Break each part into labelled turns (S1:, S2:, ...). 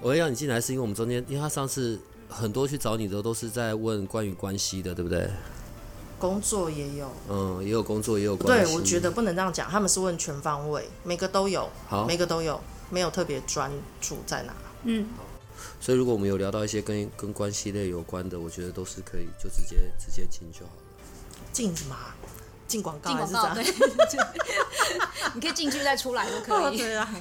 S1: 我要让你进来，是因为我们中间，因为他上次很多去找你的都是在问关于关系的，对不对？
S2: 工作也有。
S1: 嗯，也有工作，也有关
S2: 对
S1: 系。，
S2: 我觉得不能这样讲，他们是问全方位，每个都有，
S1: 好
S2: 每。个都有，没有特别专注在哪。
S3: 嗯，
S1: 所以如果我们有聊到一些跟跟关系类有关的，我觉得都是可以就直接直接进就好了。
S2: 进什么啊？进广告
S3: 进
S2: 还是
S3: 广
S2: 这
S3: 告
S2: 样？
S3: 对， 你可以进去再出来都可
S2: 哦
S3: 以。
S2: 对啊，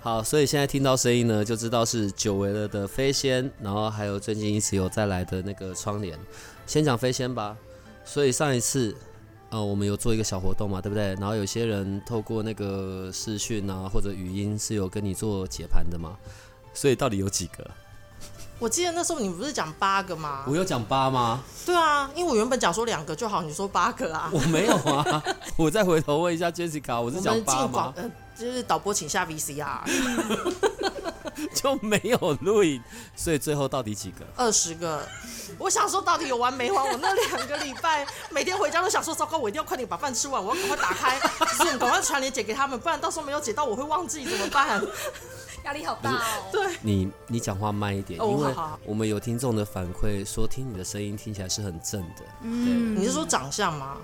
S1: 好，所以现在听到声音呢，就知道是久违了的飞仙，然后还有最近一直有再来的那个窗帘。先讲飞仙吧。所以上一次，呃，我们有做一个小活动嘛，对不对？然后有些人透过那个视讯啊或者语音是有跟你做解盘的嘛。所以到底有几个？
S2: 我记得那时候你不是讲八个吗
S1: 我？有讲八吗？
S2: 对啊，因为我原本讲说两个就好，你说八个 啊。
S1: 我没有啊，我再回头问一下 Jessica，我是
S2: 我
S1: 讲
S2: 们
S1: 八
S2: 进广
S1: 吗？
S2: 呃，就是导播请下 VCR，
S1: 就没有录影，所以最后到底几个？
S2: 二十个。我想说到底有完没完？我那两个礼拜每天回家都想说，糟糕，我一定要快点把饭吃完，我要赶快打开 Zoom，赶快传链接给他们，不然到时候没有解到我会忘记怎么办？
S3: 压力好大哦。
S2: 对。
S1: 你你讲话慢一点，
S2: 哦
S1: 因为
S2: 好好好
S1: 我们有听众的反馈说，听你的声音听起来是很正的，
S2: 你是说长相吗？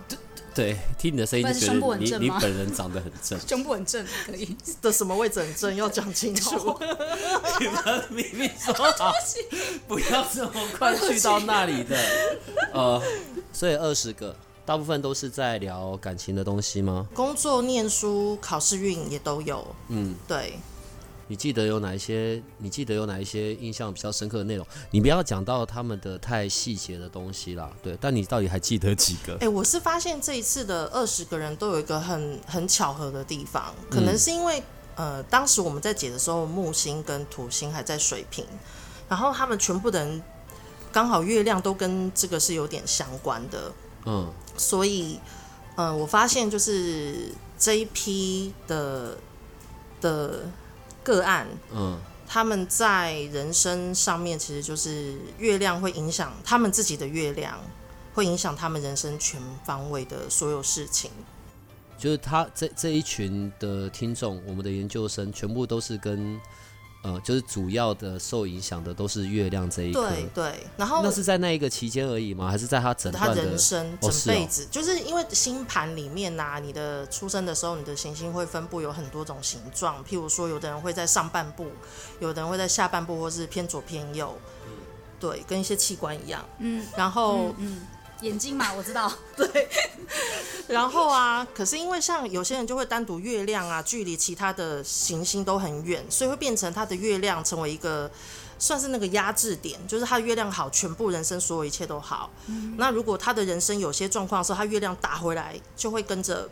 S1: 对，听你的声音就觉
S3: 不然是胸部
S1: 得
S3: 很
S1: 你
S3: 正
S1: 你
S3: 吗，
S1: 本人长得很正
S3: 胸部很正，可以。
S2: 的什么位置很正，要讲清楚。
S1: 你们明明说好不要这么快去到那里的，呃，所以二十个，大部分都是在聊感情的东西吗？
S2: 工作、念书、考试运也都有。
S1: 嗯，
S2: 对，
S1: 你记得有哪一些？你记得有哪一些印象比较深刻的内容？你不要讲到他们的太细节的东西啦，对。但你到底还记得几个
S2: 哎、？我是发现这一次的二十个人都有一个很很巧合的地方，可能是因为、呃，当时我们在解的时候，木星跟土星还在水平，然后他们全部的人刚好月亮都跟这个是有点相关的，
S1: 嗯，
S2: 所以，嗯、我发现就是这一批的的个案，
S1: 嗯，
S2: 他们在人生上面，其实就是月亮会影响他们自己的月亮，会影响他们人生全方位的所有事情。
S1: 就是他这这一群的听众，我们的研究生全部都是跟呃，就是主要的受影响的都是月亮这一颗。
S2: 对对，然后
S1: 那是在那一个期间而已吗？还是在他整
S2: 他
S1: 段
S2: 人
S1: 的？
S2: 生
S1: 哦
S2: 整
S1: 是哦
S2: 辈子，就是因为星盘里面呐、你的出生的时候，你的行星会分布有很多种形状，譬如说，有的人会在上半部，有的人会在下半部，或是偏左偏右。
S1: 嗯
S2: 对，跟一些器官一样。
S3: 嗯
S2: 然后，
S3: 嗯， 眼睛嘛，我知道。
S2: 然后啊，可是因为像有些人就会单独月亮啊，距离其他的行星都很远，所以会变成他的月亮成为一个算是那个压制点，就是他的月亮好，全部人生所有一切都好。那如果他的人生有些状况的时候，他月亮打回来就会跟着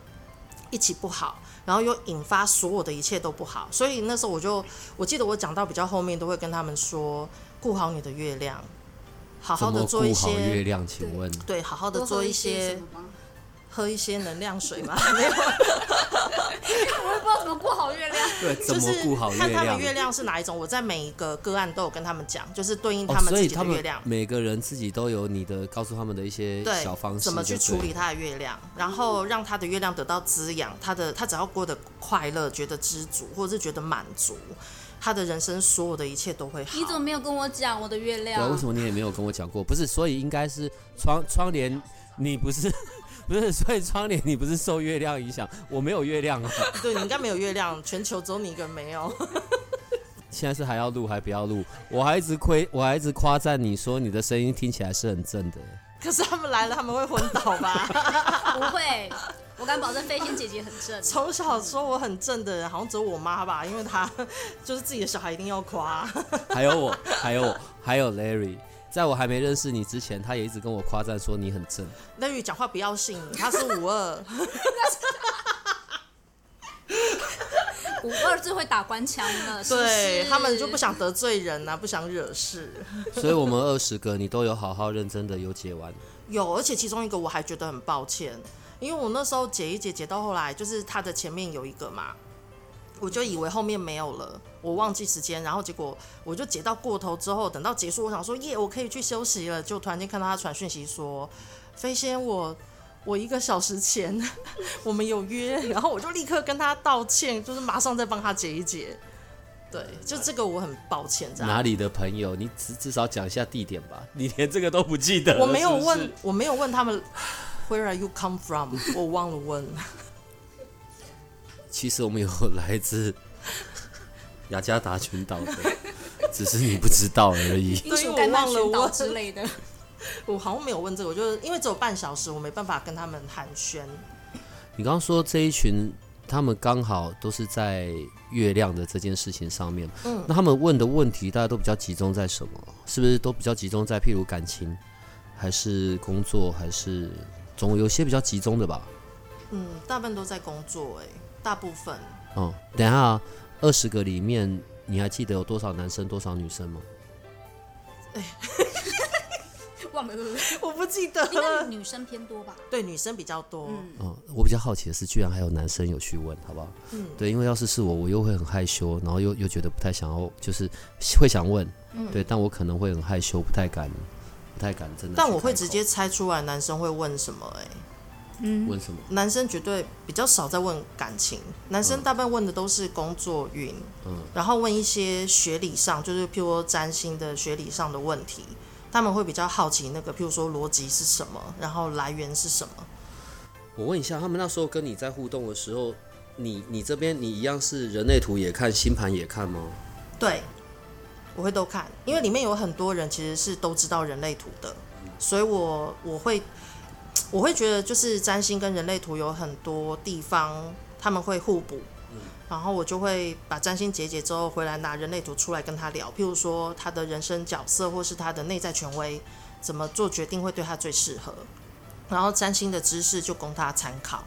S2: 一起不好。然后又引发所有的一切都不好，所以那时候我就，我记得我讲到比较后面都会跟他们说，顾好你的月亮，好
S1: 怎
S2: 好的
S1: 么
S2: 做
S1: 顾
S2: 一
S1: 好月
S2: 些，
S1: 亮？请问，
S2: 对，好好的
S3: 多
S2: 做
S3: 喝
S2: 一
S3: 一
S2: 些
S3: 什么吗？
S2: 喝一些能量水 嘛，
S3: 我也不知道怎么过好月亮。
S1: 对，
S2: 就
S1: 怎么
S2: 是
S1: 顾好月
S2: 看他
S1: 亮？
S2: 们月亮是哪一种，我在每一个个案都有跟他们讲，就是对应
S1: 哦
S2: 他，们
S1: 所
S2: 自
S1: 以
S2: 己
S1: 他
S2: 的月
S1: 们
S2: 亮，
S1: 每个人自己都有你的告诉他们的一些
S2: 对
S1: 小方，式，
S2: 怎么
S1: 就
S2: 去
S1: 对
S2: 处理他的月亮，然后让他的月亮得到滋养，他的他只要过得快乐，觉得知足，或者是觉得满足，他的人生所有的一切都会好。
S3: 你怎么没有跟我讲我的月亮
S1: 对啊，？为什么你也没有跟我讲过？不是，所以应该是窗窗帘，你不是 不是，所以窗帘你不是受月亮影响，我没有月亮啊。
S2: 对你应该没有月亮，全球只有你一个没有。
S1: 现在是还要录还不要录？我还一直亏，我还一直夸赞你说你的声音听起来是很正的。
S2: 可是他们来了，他们会昏 倒吧？
S3: 不会，我敢保证飞仙姐姐很 正。
S2: 从小说我很正的人，好像只有我妈吧，因为她就是自己的小孩一定要夸。
S1: 还有我，还有我，还有 Larry，在我还没认识你之前，他也一直跟我夸赞说你很正。
S2: 那宇讲话不要信，他是五二。
S3: 五二字会打官腔了， 是不是
S2: 对他们就不。想得罪人啊，不想惹事。
S1: 所以我们二十个你都有好好认真的有解完，
S2: 有，而且其中一个我还觉得很抱歉，因为我那时候解一解解到后来，就是它的前面有一个嘛，我就以为后面没有了，我忘记时间，然后结果我就解到过头之后，等到结束，我想说耶，我可以去休息了，就突然间看到他传讯息说，飞仙我。我一个小时前 我们有约，然后我就立刻跟他道歉，就是马上再帮他解一解。对，就这个我很抱歉，这样
S1: 哪里的朋友？你至至少讲一下地点吧，你连这个都不记得了，
S2: 我没有
S1: 是不是
S2: 问，我没有问他们 Where are you come from？我忘了问。
S1: 其实我们有来自 雅加达群岛的，只是你不知道而已。
S3: 英属甘曼群岛之类的，
S2: 我好像没有问这个，我就是因为只有半小时，我没办法跟他们寒暄。
S1: 你刚刚说这一群，他们刚好都是在月亮的这件事情上面，嗯，那他们问的问题大家都比较集中在什么？是不是都比较集中在譬如感情，还是工作，还是总有些比较集中的吧？
S2: 嗯，大部分都在工作、哎，大部分
S1: 哦、等一下啊，二十个里面你还记得有多少男生多少女生吗？
S3: 忘了对不对？
S2: 我不记得
S3: 应该
S2: 了。
S3: 女生偏多吧？
S2: 对，女生比较多。
S1: 嗯，我比较好奇的是，居然还有男生有去问，好不好？嗯，对，因为要是是我，我又会很害羞，然后又又觉得不太想要，就是会想问，
S2: 嗯
S1: 对，但我可能会很害羞，不太敢，不太敢真的去开口。
S2: 但我会直接猜出来男生会问什么、哎，
S1: 问什么？
S2: 男生绝对比较少在问感情，男生大半问的都是工作运，
S1: 嗯
S2: 然后问一些学理上，就是譬如说占星的学理上的问题，他们会比较好奇那个，譬如说逻辑是什么，然后来源是什么。
S1: 我问一下，他们那时候跟你在互动的时候，你你这边你一样是人类图也看，星盘也看吗？
S2: 对，我会都看，因为里面有很多人其实是都知道人类图的，所以我我会我会觉得就是占星跟人类图有很多地方他们会互补。然后我就会把占星解解之后回来拿人类图出来跟他聊，譬如说他的人生角色或是他的内在权威怎么做决定会对他最适合，然后占星的知识就供他参考。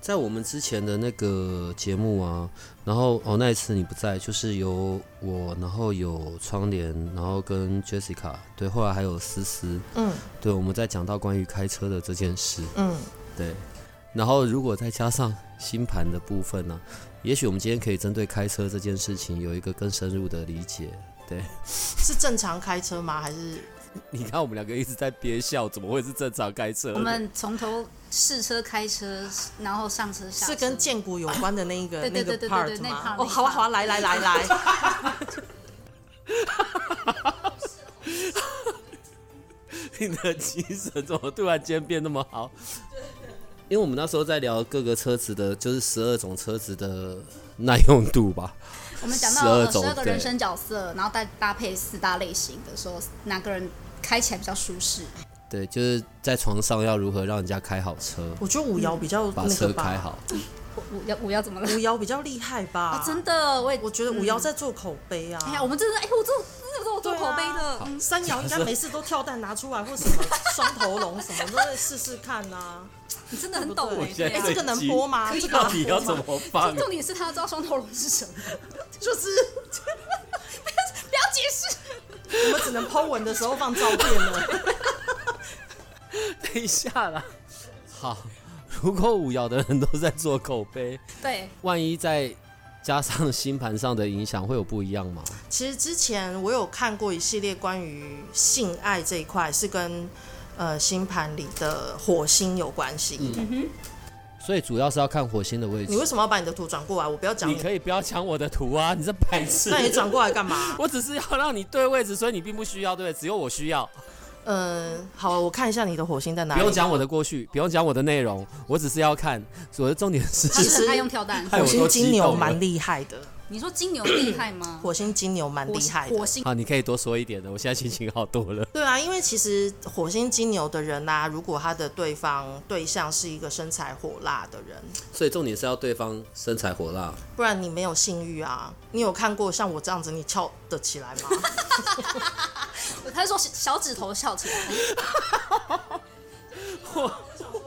S1: 在我们之前的那个节目啊，然后哦那一次你不在，就是有我，然后有窗帘，然后跟 Jessica，对，后来还有思思，
S2: 嗯
S1: 对，我们在讲到关于开车的这件事，
S2: 嗯，
S1: 对，然后如果再加上星盘的部分呢、也许我们今天可以针对开车这件事情有一个更深入的理解。
S2: 是正常开车吗？还是
S1: 你看我们两个一直在憋笑，怎么会是正常开车呢？
S3: 我们从头试车、开车，然后上车、下车。
S2: 是跟建股有关的那一个
S3: 对
S2: 那
S3: 对
S2: 个
S3: 对对对
S2: part
S3: 那
S2: 吗
S3: part，？
S2: 哦，
S3: 那
S2: 好啊
S3: part
S2: 好啊，来来来来，
S1: 你的精神怎么突然间变那么好？ 因为我们那时候在聊各个车子的，就是十二种车子的耐用度吧。
S3: 我们讲到
S1: 12
S3: 呃十
S1: 种
S3: 二个
S1: 对
S3: 人生角色，然后再搭配四大类型的时候，哪个人开起来比较舒适？
S1: 对，就是在床上要如何让人家开好车，
S2: 我觉得五爻比较
S1: 把
S2: 那
S1: 车
S2: 个
S1: 开
S2: 吧，
S1: 好。
S3: 我我要我要怎么了
S2: 五？爻比较厉害吧嗯
S3: 啊，？ 真的，我也
S2: 我觉得五爻在做口碑啊。
S3: 哎呀，我们真的哎，我做这做我做
S2: 对啊
S3: 口碑的，嗯
S2: 三爻应该每次都跳蛋拿出来，或什么双头龙什么，都会试试看啊呐。
S3: 你真的很懂
S2: 对不
S3: 哎
S2: 对。
S3: 对
S2: 哎
S3: 啊
S2: 这个能播吗这个
S1: 到底要怎么放？
S3: 重点是他要知道双头龙是什么，
S2: 就是
S3: 不要解释。
S2: 我们只能 Po 文的时候放照片 了。
S1: 等一下啦。好，如果五爻的人都在做口碑，
S3: 对，
S1: 万一再加上星盘上的影响，会有不一样吗？
S2: 其实之前我有看过一系列关于性爱这一块，是跟呃星盘里的火星有关系。
S1: 嗯所以主要是要看火星的位置
S2: 你。为什么要把你的图转过来？我不要讲
S1: 你可以不要抢我的图啊！你这白痴。
S2: 那你转过来干嘛？
S1: 我只是要让你对位置，所以你并不需要对，只有我需要。
S2: 嗯，好，我看一下你的火星在哪
S1: 不
S2: 里。
S1: 用讲我的过去，不用讲我的内容，我只是要看。我的重点 是，
S3: 他是
S2: 其实
S3: 很爱用跳蛋。
S1: 害
S2: 火
S1: 哎我都
S2: 星
S1: 激
S2: 金牛
S1: 动了
S2: 蛮厉害的，
S3: 你说金牛厉害吗？
S2: 火星金牛蛮
S3: 火
S2: 厉
S3: 星
S2: 害的。
S3: 火星
S1: 好，你可以多说一点的，我现在心情好多了。
S2: 对啊，因为其实火星金牛的人呐、如果他的对方对象是一个身材火辣的人，
S1: 所以重点是要对方身材火辣，
S2: 不然你没有性欲啊。你有看过像我这样子，你翘得起来吗？
S3: 他是说小小指头翘起来，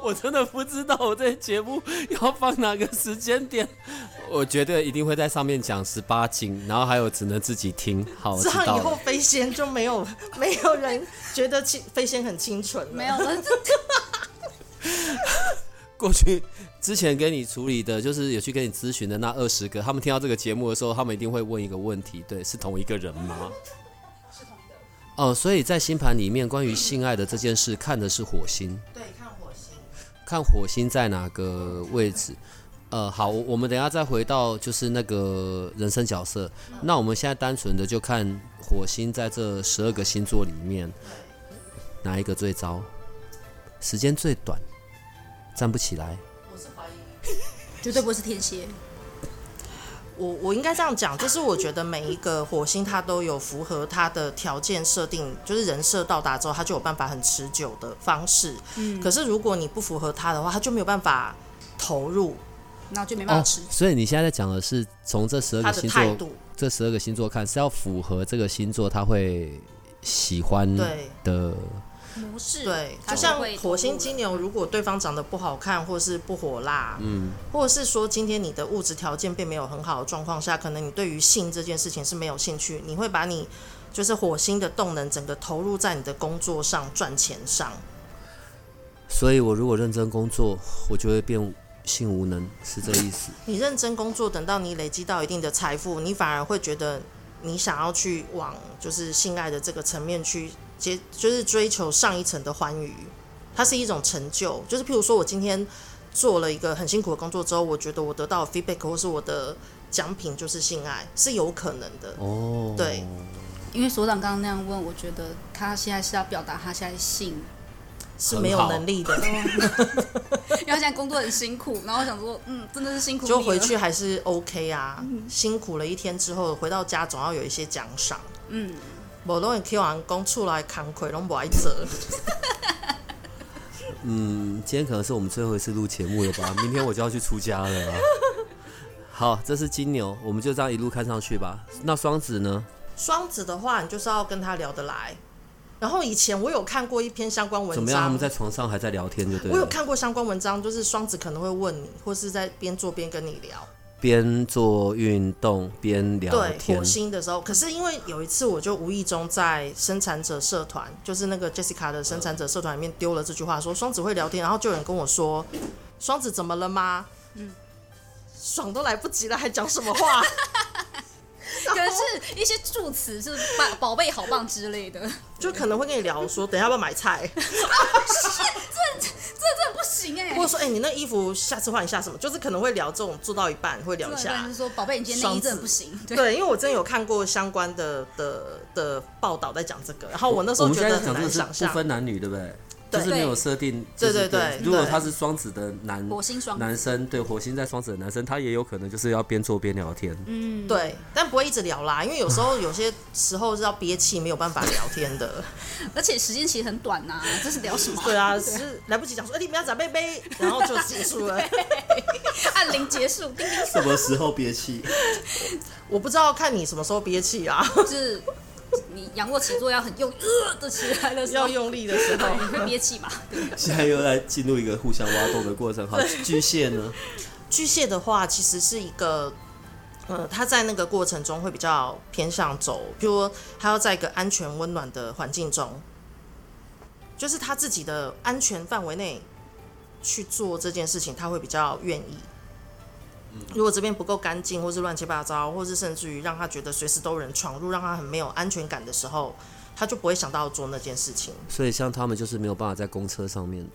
S1: 我真的不知道我这节目要放哪个时间点。我觉得一定会在上面讲十八禁，然后还有只能自己听。好，我知
S2: 这样
S1: 道
S2: 以后
S1: 了。
S2: 飞仙就没有没有人觉得清飞仙很清纯了。
S3: 没有了，
S1: 过去之前给你处理的，就是有去给你咨询的那二十个，他们听到这个节目的时候，他们一定会问一个问题：对，是同一个人吗？哦，所以在星盘里面，关于性爱的这件事，看的是火星。
S2: 对，看火星。
S1: 看火星在哪个位置。呃，好，我我们等一下再回到就是那个人生角色。那我们现在单纯的就看火星在这十二个星座里面，哪一个最糟？时间最短，站不起来。
S3: 绝对不是天蝎。
S2: 我我应该这样讲，就是我觉得每一个火星它都有符合它的条件设定，就是人设到达之后，它就有办法很持久的方式。嗯，可是如果你不符合它的话，它就没有办法投入
S3: 然后就没办法吃。
S1: 哦
S2: 哦
S1: 所以你现在在讲的是从这十二
S2: 它
S1: 个
S2: 的
S1: 星
S2: 态
S1: 座，
S2: 度。
S1: 这十二个星座看是要符合这个星座他会喜欢
S2: 对
S1: 的。
S3: 模式，
S2: 对，
S3: 它
S2: 就
S3: 就
S2: 像
S3: 嗯会
S2: 火星
S3: 投入
S2: 金牛，如果对方长得不好看，或是不火辣，嗯，或者是说今天你的物质条件并没有很好的状况下，可能你对于性这件事情是没有兴趣，你会把你就是火星的动能整个投入在你的工作上、赚钱上。
S1: 所以我如果认真工作，我就会变性无能，是这意思？
S2: 你认真工作，等到你累积到一定的财富，你反而会觉得你想要去往就是性爱的这个层面去接，就是追求上一层的欢愉，它是一种成就。就是譬如说我今天做了一个很辛苦的工作之后，我觉得我得到的 feedback 或是我的奖品就是性爱，是有可能 的。
S1: 哦，
S2: 对。
S3: 因为所长刚刚那样问，我觉得他现在是要表达他现在性，
S2: 是没有
S1: 很好
S2: 能力的，
S3: 因为他现在工作很辛苦，然后我想说，嗯，真的是辛苦你了，
S2: 就回去还是 OK 啊。辛苦了一天之后，回到家总要有一些奖赏。
S3: 嗯，
S2: 无拢会去人讲出来工课拢无爱做，
S1: 嗯，今天可能是我们最后一次录节目了 吧？明天我就要去出家了啊。好，这是金牛，我们就这样一路看上去吧。那双子呢？
S2: 双子的话，你就是要跟他聊得来。然后以前我有看过一篇相关文章，
S1: 怎么样？他们在床上还在聊天，就对了。
S2: 我有看过相关文章，就是双子可能会问你，或是在边做边跟你聊。
S1: 边做运动边聊
S2: 对，
S1: 天
S2: 火。星的时候，可是因为有一次我就无意中在生产者社团，就是那个 Jessica 的生产者社团里面丢了这句话，说双子会聊天，然后就有人跟我说，双子怎么了吗？嗯，爽都来不及了，还讲什么话？
S3: 可能是一些助词，就是宝宝贝、好棒之类的，
S2: 就可能会跟你聊说，等一下要不要买菜？
S3: 这不行哎、
S2: 或者说，哎、你那衣服下次换一下什么？就是可能会聊这种，做到一半会聊一
S3: 不然
S2: 下
S3: 就。是说，宝贝，你今天内衣真的不行，对，
S2: 对，因为我真的有看过相关的的的报道在讲这个，然后我那时
S1: 我
S2: 候
S1: 们
S2: 觉
S1: 现
S2: 得
S1: 在讲
S2: 很
S1: 这
S2: 难
S1: 个是
S2: 想
S1: 不
S2: 象。
S1: 分男女，对不对？
S2: 对
S1: 就是没有设定。
S2: 对
S1: 就是
S2: 对对
S1: 如果
S2: 对
S1: 他是双子的男
S3: 火星双子
S1: 男生，对火星在双子的男生，他也有可能就是要边做边聊天。
S2: 嗯对，但不会一直聊啦，因为有时候有些时候是要憋气，没有办法聊天 的。
S3: 而且时间其实很短呐、这是 聊什么？
S2: 对啊，是来不及讲说，哎、你们要长贝贝，然后就结束 了。
S3: 按铃结束，叮叮，
S1: 什么时候憋 气？
S2: 我不知道看你什么时候憋气 啊，
S3: 就是你仰卧起坐要很用呃的起来的时
S2: 要
S3: 候，
S2: 用力的时候。
S3: 你会憋气嘛？对，
S1: 现在又在进入一个互相挖洞的过程。好，巨蟹呢？
S2: 巨蟹的话，其实是一个，呃，他在那个过程中会比较偏向走，比如说他要在一个安全温暖的环境中，就是他自己的安全范围内去做这件事情，他会比较愿意。如果这边不够干净，或是乱七八糟，或是甚至于让他觉得随时都有人闯入，让他很没有安全感的时候，他就不会想到做那件事情。
S1: 所以像他们就是没有办法在公车上面的。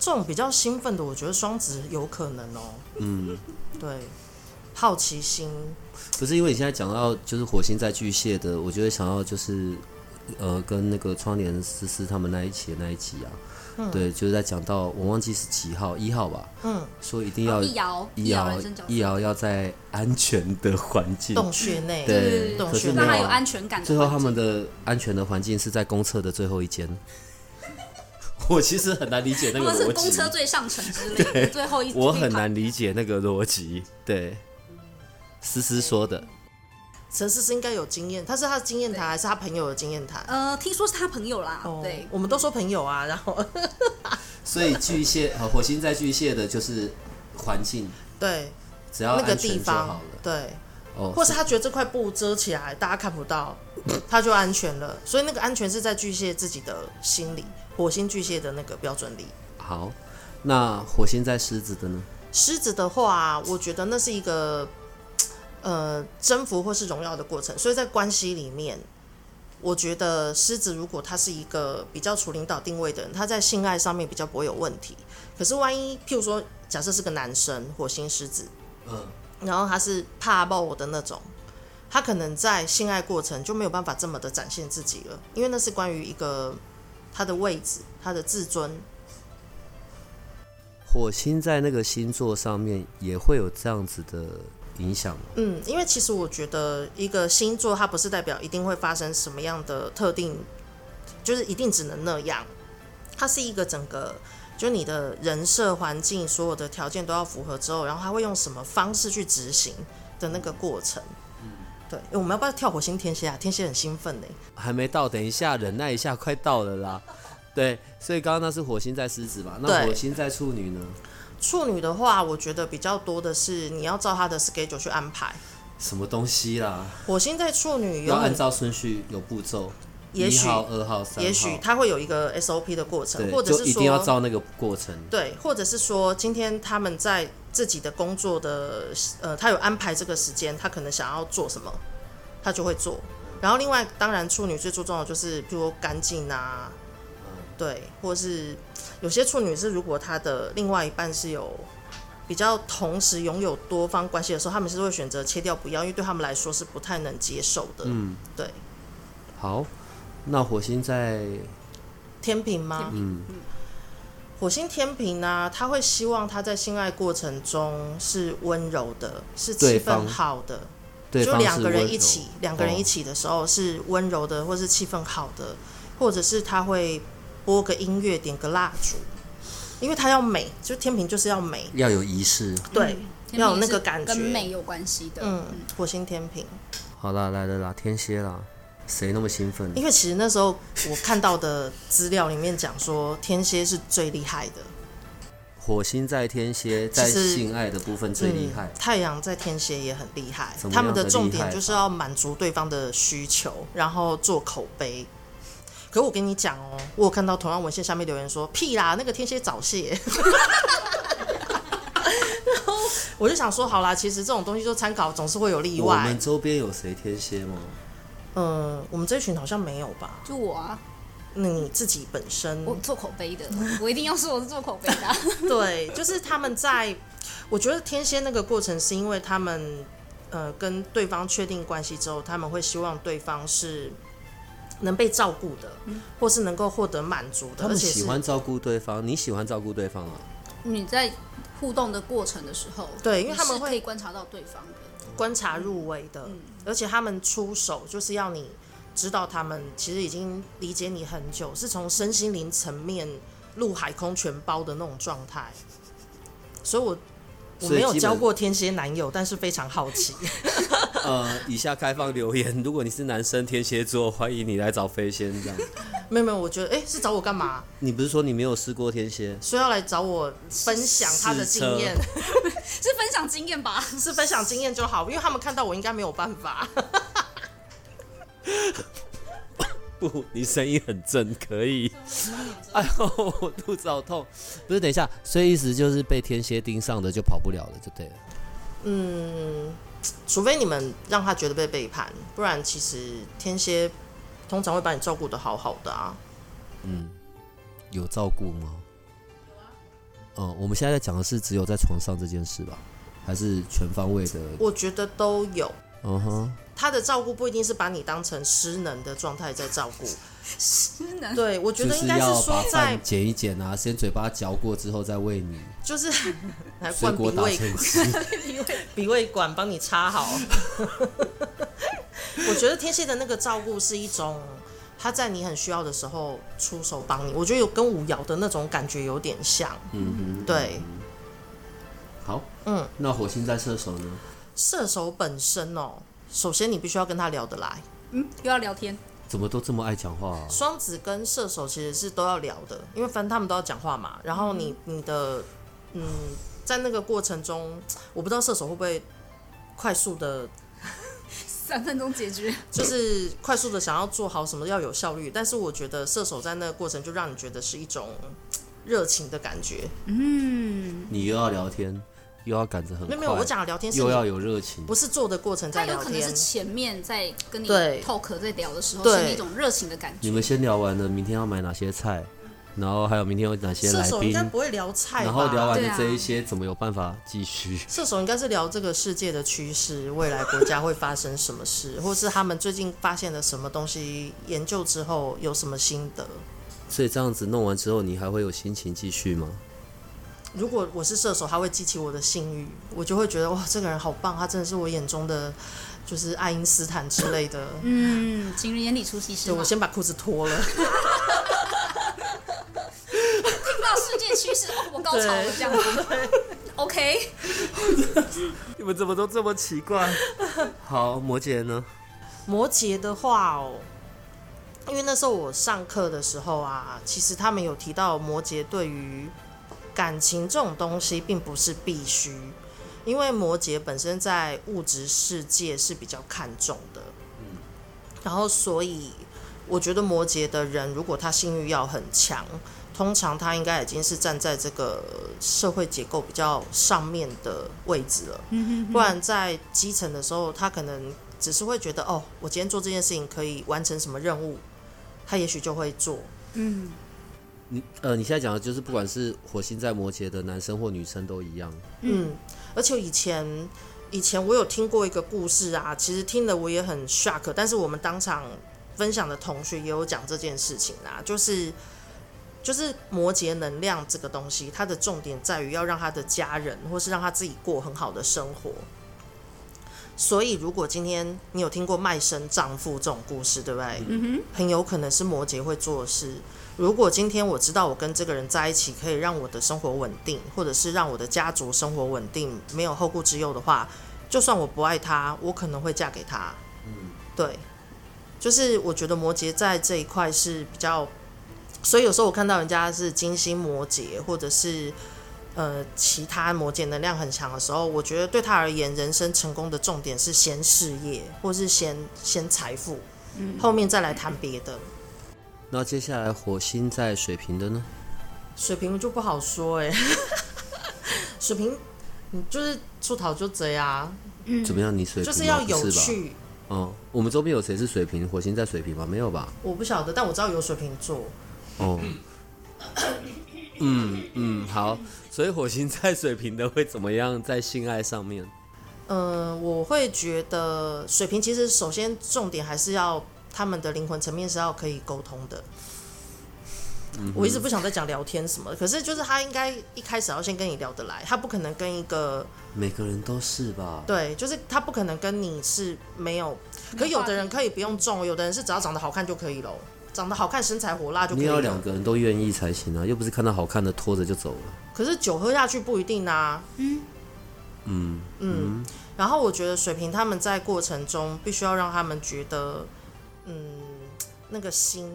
S2: 这种比较兴奋的，我觉得双子有可能哦、
S1: 嗯，
S2: 对，好奇心
S1: 不是因为你现在讲到就是火星在巨蟹的，我觉得想要就是呃跟那个窗帘思思他们那一期的那一集啊，对，就是在讲到我忘记是几号一号吧，
S2: 嗯，
S1: 说一定要
S3: 哦一摇
S1: 一
S3: 摇
S1: 摇
S3: 人生角色
S1: 一摇要在安全的环境，
S2: 洞穴内，
S1: 对，
S2: 洞
S1: 可
S2: 穴
S1: 是
S2: 内
S1: 没
S3: 让他有
S1: 有。
S3: 安全感的环境。
S1: 最后他们的安全的环境是在公厕的最后一间。 我其实很难理解那
S3: 他
S1: 个
S3: 们
S1: 逻
S3: 是公
S1: 辑
S3: 车，最上层之类的，最后一
S1: 我很难理解那个逻辑。对，思思说的。
S2: 陈思思应该有经验，他是他的经验谈还是他朋友的经验谈？
S3: 呃，听说是他朋友啦，对，
S2: 哦我们都说朋友啊，然后
S1: 呃所以巨蟹和火星在巨蟹的就是环境，
S2: 对
S1: 只要
S2: 那个
S1: 安全
S2: 地
S1: 就好
S2: 方
S1: 了。，
S2: 对，
S1: 哦，
S2: 或是他觉得这块布遮起来，大家看不到，他就安全了。所以那个安全是在巨蟹自己的心里，火星巨蟹的那个标准里。
S1: 好，那火星在狮子的呢？
S2: 狮子的话，我觉得那是一个呃征服或是荣耀的过程，所以在关系里面，我觉得狮子如果他是一个比较处领导定位的人，他在性爱上面比较不会有问题。可是万一譬如说，假设是个男生，火星狮子，
S1: 嗯，
S2: 然后他是怕爆的那种，他可能在性爱过程就没有办法这么的展现自己了，因为那是关于一个他的位置、他的自尊，
S1: 火星在那个星座上面也会有这样子的影响吗？
S2: 嗯，因为其实我觉得一个星座它不是代表一定会发生什么样的特定，就是一定只能那样，它是一个整个。就你的人设、环境，所有的条件都要符合之后，然后它会用什么方式去执行的那个过程。对，诶我们要不要跳火星天蝎啊？天蝎很兴奋呢、
S1: 还没到，等一下，忍耐一下，快到了啦。 对，所以刚刚那是火星在狮子嘛，那
S2: 对
S1: 火星在处女呢？
S2: 处女的话，我觉得比较多的是你要照她的 schedule 去安排。
S1: 什么东西啦？
S2: 火星在处女有
S1: 要按
S2: 很，
S1: 照顺序有步骤，
S2: 也
S1: 一
S2: 许
S1: 号、二号、三号，
S2: 也许它会有一个 SOP 的过程，
S1: 对，
S2: 或者
S1: 就是一定要
S2: 说，
S1: 照那个过程。
S2: 对，或者是说，今天他们在自己的工作的呃，他有安排这个时间，他可能想要做什么，他就会做。然后另外，当然处女最注重的就是，譬如说干净啊，对，或是有些处女是如果她的另外一半是有比较同时拥有多方关系的时候，他们是会选择切掉不要，因为对他们来说是不太能接受的。嗯，对，
S1: 好，那火星在
S2: 天平吗？嗯，火星天平呢、他会希望他在性爱过程中是温柔的，是
S1: 对
S2: 气
S1: 方
S2: 氛好的，
S1: 对
S2: 就
S1: 方
S2: 两
S1: 是
S2: 个
S1: 温
S2: 人一
S1: 柔哦
S2: 起，两个人一起的时候是温柔的，或是气氛好的，或者是他会播个音乐，点个蜡烛，因为他要美，就天平就是要美，
S1: 要有仪式。
S2: 对，
S3: 天秤
S2: 要有那
S3: 是
S2: 个感觉
S3: 跟美有关系的。
S2: 嗯，火星天平。
S1: 好啦，来了啦，天蝎啦，谁那么兴奋？
S2: 因为其实那时候我看到的资料里面讲说，天蝎是最厉害的，
S1: 火星在天蝎，在
S2: 其实
S1: 性爱的部分最厉害
S2: 嗯。太阳在天蝎也很厉害
S1: 怎，么样
S2: 他们的重
S1: 的厉害
S2: 点
S1: 法
S2: 就是要满足对方的需求，然后做口碑。可我跟你讲哦，我有看到同样文献下面留言说，屁啦，那个天蝎早泄。 然后我就想说，好啦，其实这种东西就参考，总是会有例
S1: 我
S2: 外
S1: 们。周边有谁天蝎吗？
S2: 嗯，我们这群好像没有吧？
S3: 就我啊，
S2: 那你自己本身，
S3: 我做口碑的， 我一定要说我是做口碑的啊、
S2: 对，就是他们在，我觉得天蝎那个过程是因为他们呃跟对方确定关系之后，他们会希望对方是能被照顾的，
S3: 嗯
S2: 或是能够获得满足的，
S1: 他
S2: 而
S1: 们
S2: 且
S1: 喜
S2: 是
S1: 欢照顾对方，你喜欢照顾对方 啊？
S3: 你在互动的过程的时候，
S2: 对因为
S3: 你
S2: 他们
S3: 是
S2: 会
S3: 可以嗯观察到对方的，
S2: 观察入微的，而且他们出手就是要你知道他们其实已经理解你很久，是从身心灵层面陆海空全包的那种状态，所以我。我
S1: 所以
S2: 没有
S1: 基本
S2: 交过天蝎男友，但是非常好奇。
S1: 呃，以下开放留言， 如果你是男生天蝎座，欢迎你来找飞仙这样。
S2: 没有没有，我觉得哎、是找我干嘛？
S1: 你不是说你没有试过天蝎？
S2: 所以要来找我分享他的经验，
S3: 是分享经验吧？
S2: 是分享经验就好，因为他们看到我应该没有办法。
S1: 不，你声音很正，可 以。哎呦，我肚子好痛。不是，等一下，所以意思就是被天蝎盯上的就跑不了了，就对了。
S2: 除非你们让他觉得被背叛，不然其实天蝎通常会把你照顾的好好的啊。
S1: 有照顾吗？
S2: 啊
S1: 嗯，我们现在在讲的是只有在床上这件事吧，还是全方位的？
S2: 我觉得都有，
S1: 嗯哼，
S2: 他的照顾不一定是把你当成失能的状态在照顾。
S3: 是呢，
S2: 对，我觉
S1: 就
S2: 得应该
S1: 要把
S2: 说在
S1: 饭剪一剪啊，先嘴巴嚼过之后再喂你，
S2: 就是 来
S1: 水
S2: 灌
S1: 果
S2: 鼻
S1: 打
S2: 胃
S1: 成汁。
S2: 鼻胃管帮你插好。 我觉得天蝎的那个照顾是一种，他在你很需要的时候出手帮你，我觉得有跟五爻的那种感觉有点像。
S1: 嗯哼，
S2: 对，
S1: 好，
S2: 嗯，
S1: 那火星在射手呢？
S2: 射手本身哦，首先你必须要跟他聊得来。
S3: 嗯，又要聊天，
S1: 怎么都这么爱讲话、啊？
S2: 双子跟射手其实是都要聊的，因为反正他们都要讲话嘛。然后你你的嗯在那个过程中，我不知道射手会不会快速的，
S3: 三分钟解决。
S2: 就是快速的想要做好什么要有效率，但是我觉得射手在那个过程就让你觉得是一种热情的感觉。
S3: 嗯，
S1: 你又要聊天，又要赶着很
S2: 没
S1: 快，
S2: 有没有，我讲的聊天是
S1: 又
S2: 你
S1: 要有热情，
S2: 不是做的过程
S3: 他
S2: 在
S3: 有
S2: 聊
S3: 可能
S2: 天
S3: 是，前面在跟你
S2: 对
S3: talk 在聊的时候，
S2: 对
S3: 是那种热情的感
S1: 你
S3: 觉。
S1: 们先聊完了，明天要买哪些菜，然后还有明天有哪些
S2: 射
S1: 来
S2: 手应
S1: 宾，
S2: 该不会聊菜吧？
S1: 然后聊完
S3: 对
S1: 了
S3: 啊
S1: 这一些，怎么有办法继续？
S2: 射手应该是聊这个世界的趋势，未来国家会发生什么 事，或是他们最近发现了什么东西，研究之后有什么心得。
S1: 所以这样子弄完之后，你还会有心情继续吗？
S2: 如果我是射手，他会激起我的性欲，我就会觉得哇，这个人好棒，他真的是我眼中的就是爱因斯坦之类的。
S3: 嗯，情人眼里出西施
S2: 对，
S3: 嘛。
S2: 我先把裤子脱了。
S3: 听到世界趋势，哦，我高潮 了
S2: 对
S3: 这样子。OK，
S1: 你们怎么都这么奇 怪？好，摩羯呢？
S2: 摩羯的话哦，因为那时候我上课的时候啊，其实他们有提到摩羯对于感情这种东西并不是必须，因为摩羯本身在物质世界是比较看重的，然后所以我觉得摩羯的人如果他性欲要很强，通常他应该已经是站在这个社会结构比较上面的位置了。不然在基层的时候，他可能只是会觉得哦，我今天做这件事情可以完成什么任务，他也许就会做。
S3: 嗯，
S1: 你呃，你现在讲的就是，不管是火星在摩羯的男生或女生都一样。
S2: 嗯，而且以前以前我有听过一个故事啊，其实听了我也很 shock，但是我们当场分享的同学也有讲这件事情啊，就是就是摩羯能量这个东西，它的重点在于要让他的家人或是让他自己过很好的生活。所以，如果今天你有听过卖身丈夫这种故事，对不对？嗯、很有可能是摩羯会做的事。如果今天我知道我跟这个人在一起可以让我的生活稳定，或者是让我的家族生活稳定，没有后顾之忧的话，就算我不爱他，我可能会嫁给他。嗯，对，就是我觉得摩羯在这一块是比较，所以有时候我看到人家是金星摩羯，或者是呃其他摩羯能量很强的时候，我觉得对他而言，人生成功的重点是先事业，或是先先财富，后面再来谈别的。
S1: 那接下来火星在水瓶的呢？
S2: 水瓶就不好说哎、 水瓶，你就是出逃就这样啊，
S1: 怎么样？你水瓶
S2: 就
S1: 吗
S2: 是要有
S1: 不是吧
S2: 趣。
S1: 哦，我们周边有谁是水瓶？火星在水瓶吗？没有吧？
S2: 我不晓得，但我知道有水瓶座。
S1: 哦，嗯嗯，好。所以火星在水瓶的会怎么样？在性爱上面，
S2: 嗯、我会觉得水瓶其实首先重点还是要他们的灵魂层面是要可以沟通的。
S1: 嗯
S2: 我一直不想再讲聊天什么，可是就是他应该一开始要先跟你聊得来，他不可能跟一个
S1: 每个人都是吧？
S2: 对，就是他不可能跟你是没有，可
S3: 没有
S2: 有
S3: 话
S2: 的人
S3: 题
S2: 可以不用重，有的人是只要长得好看就可以喽，长得好看、身材火辣就可
S1: 你
S2: 以
S1: 也要
S2: 了。
S1: 两个人都愿意才行啊，又不是看到好看的拖着就走了。
S2: 可是酒喝下去不一定啊。嗯嗯然后我觉得水瓶他们在过程中必须要让他们觉得，嗯，那个心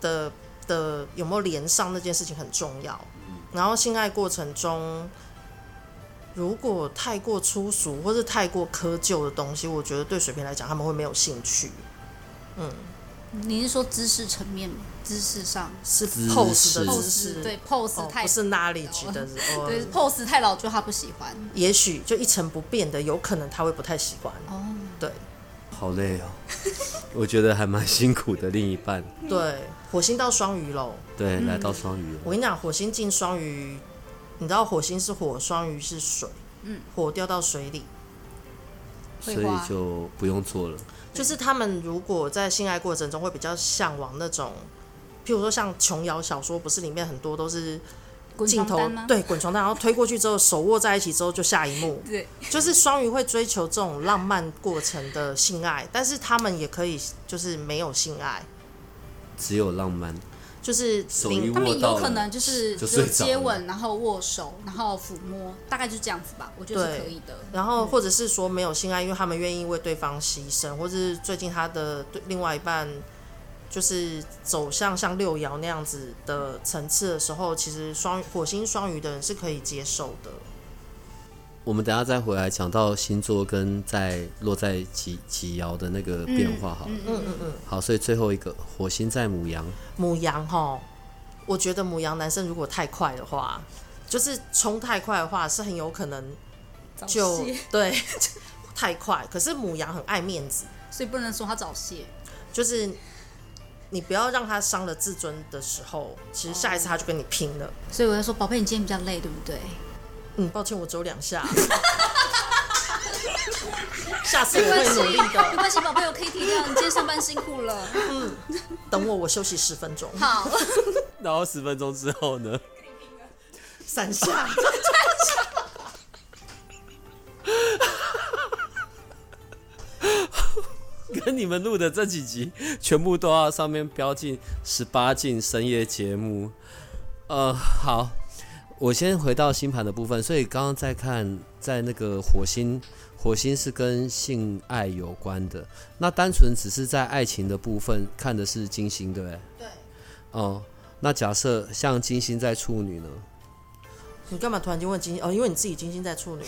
S2: 的的有没有连上那件事情很重要。然后性爱过程中，如果太过粗俗或是太过苛旧的东西，我觉得对水瓶来讲他们会没有兴趣，
S3: 你是说知识层面吗？知识上
S2: 是
S1: 姿
S2: pose 的
S1: 势
S2: 姿
S3: pose
S2: 势，
S3: 对 pose
S2: 哦，
S3: 太
S2: 不是 knowledge 的， 哦
S3: 对 pose 太老就他不喜欢。
S2: 也许就一成不变的，有可能他会不太喜欢。
S3: 哦，
S2: 对
S1: 好累 哦，我觉得还蛮辛苦的。另一半，嗯
S2: 对，火星到双鱼喽。
S1: 对，来到双鱼了
S2: 我跟你讲，火星进双鱼，你知道火星是火，双鱼是水，嗯，火掉到水里，
S1: 所
S3: 会
S1: 以
S3: 花
S1: 就不用做了。
S2: 就是他们如果在性爱过程中会比较向往那种，譬如说像琼瑶小说，不是里面很多都是
S3: 滚
S2: 镜
S3: 床
S2: 头
S3: 单吗？
S2: 对滚床单，然后推过去之后手握在一起之后就下一幕，
S3: 对，
S2: 就是双鱼会追求这种浪漫过程的性爱，但是他们也可以就是没有性爱，
S1: 只有浪漫，
S2: 就是
S1: 手
S2: 零
S1: 一
S3: 他
S1: 握
S3: 们
S1: 到
S3: 有
S1: 了
S3: 可能就是
S1: 就
S3: 只有
S1: 睡着
S3: 接
S1: 了
S3: 吻，然后握手，然后抚摸，大概就这样子吧，我觉得是
S2: 对
S3: 可以的。
S2: 然后或者是说没有性爱，因为他们愿意为对方牺牲，或者是最近他的对另外一半就是走向像六爻那样子的层次的时候，其实双火星双鱼的人是可以接受的。
S1: 我们等一下再回来讲到星座跟在落在几几爻的那个变化好了。
S2: 嗯嗯嗯，
S1: 好，所以最后一个火星在母羊，
S2: 母羊哈，我觉得母羊男生如果太快的话，就是冲太快的话，是很有可能
S3: 早
S2: 就
S3: 泄，
S2: 对太快。可是母羊很爱面子，
S3: 所以不能说他早泄。
S2: 就是你不要让他伤了自尊的时候，其实下一次他就跟你拼了。
S3: 所以我就说，宝贝，你今天比较累，对不 对？
S2: 嗯，抱歉，我只有两 下。下次我会努力
S3: 没
S2: 的。
S3: 关系，宝贝，我可以体谅你今天上班辛苦了。
S2: 等我，我休息十分钟，
S3: 好，
S1: 然后十分钟之后呢？
S2: 三下。
S1: 跟你们录的这几集全部都要上面标进十八禁深夜节目。呃，好，我先回到星盘的部分，所以刚刚在看在那个火星，火星是跟性爱有关的。那单纯只是在爱情的部分看的是金星，对不对？
S2: 对。
S1: 哦、那假设像金星在处女呢？
S2: 你干嘛突然间问金星？哦，因为你自己金星在处女。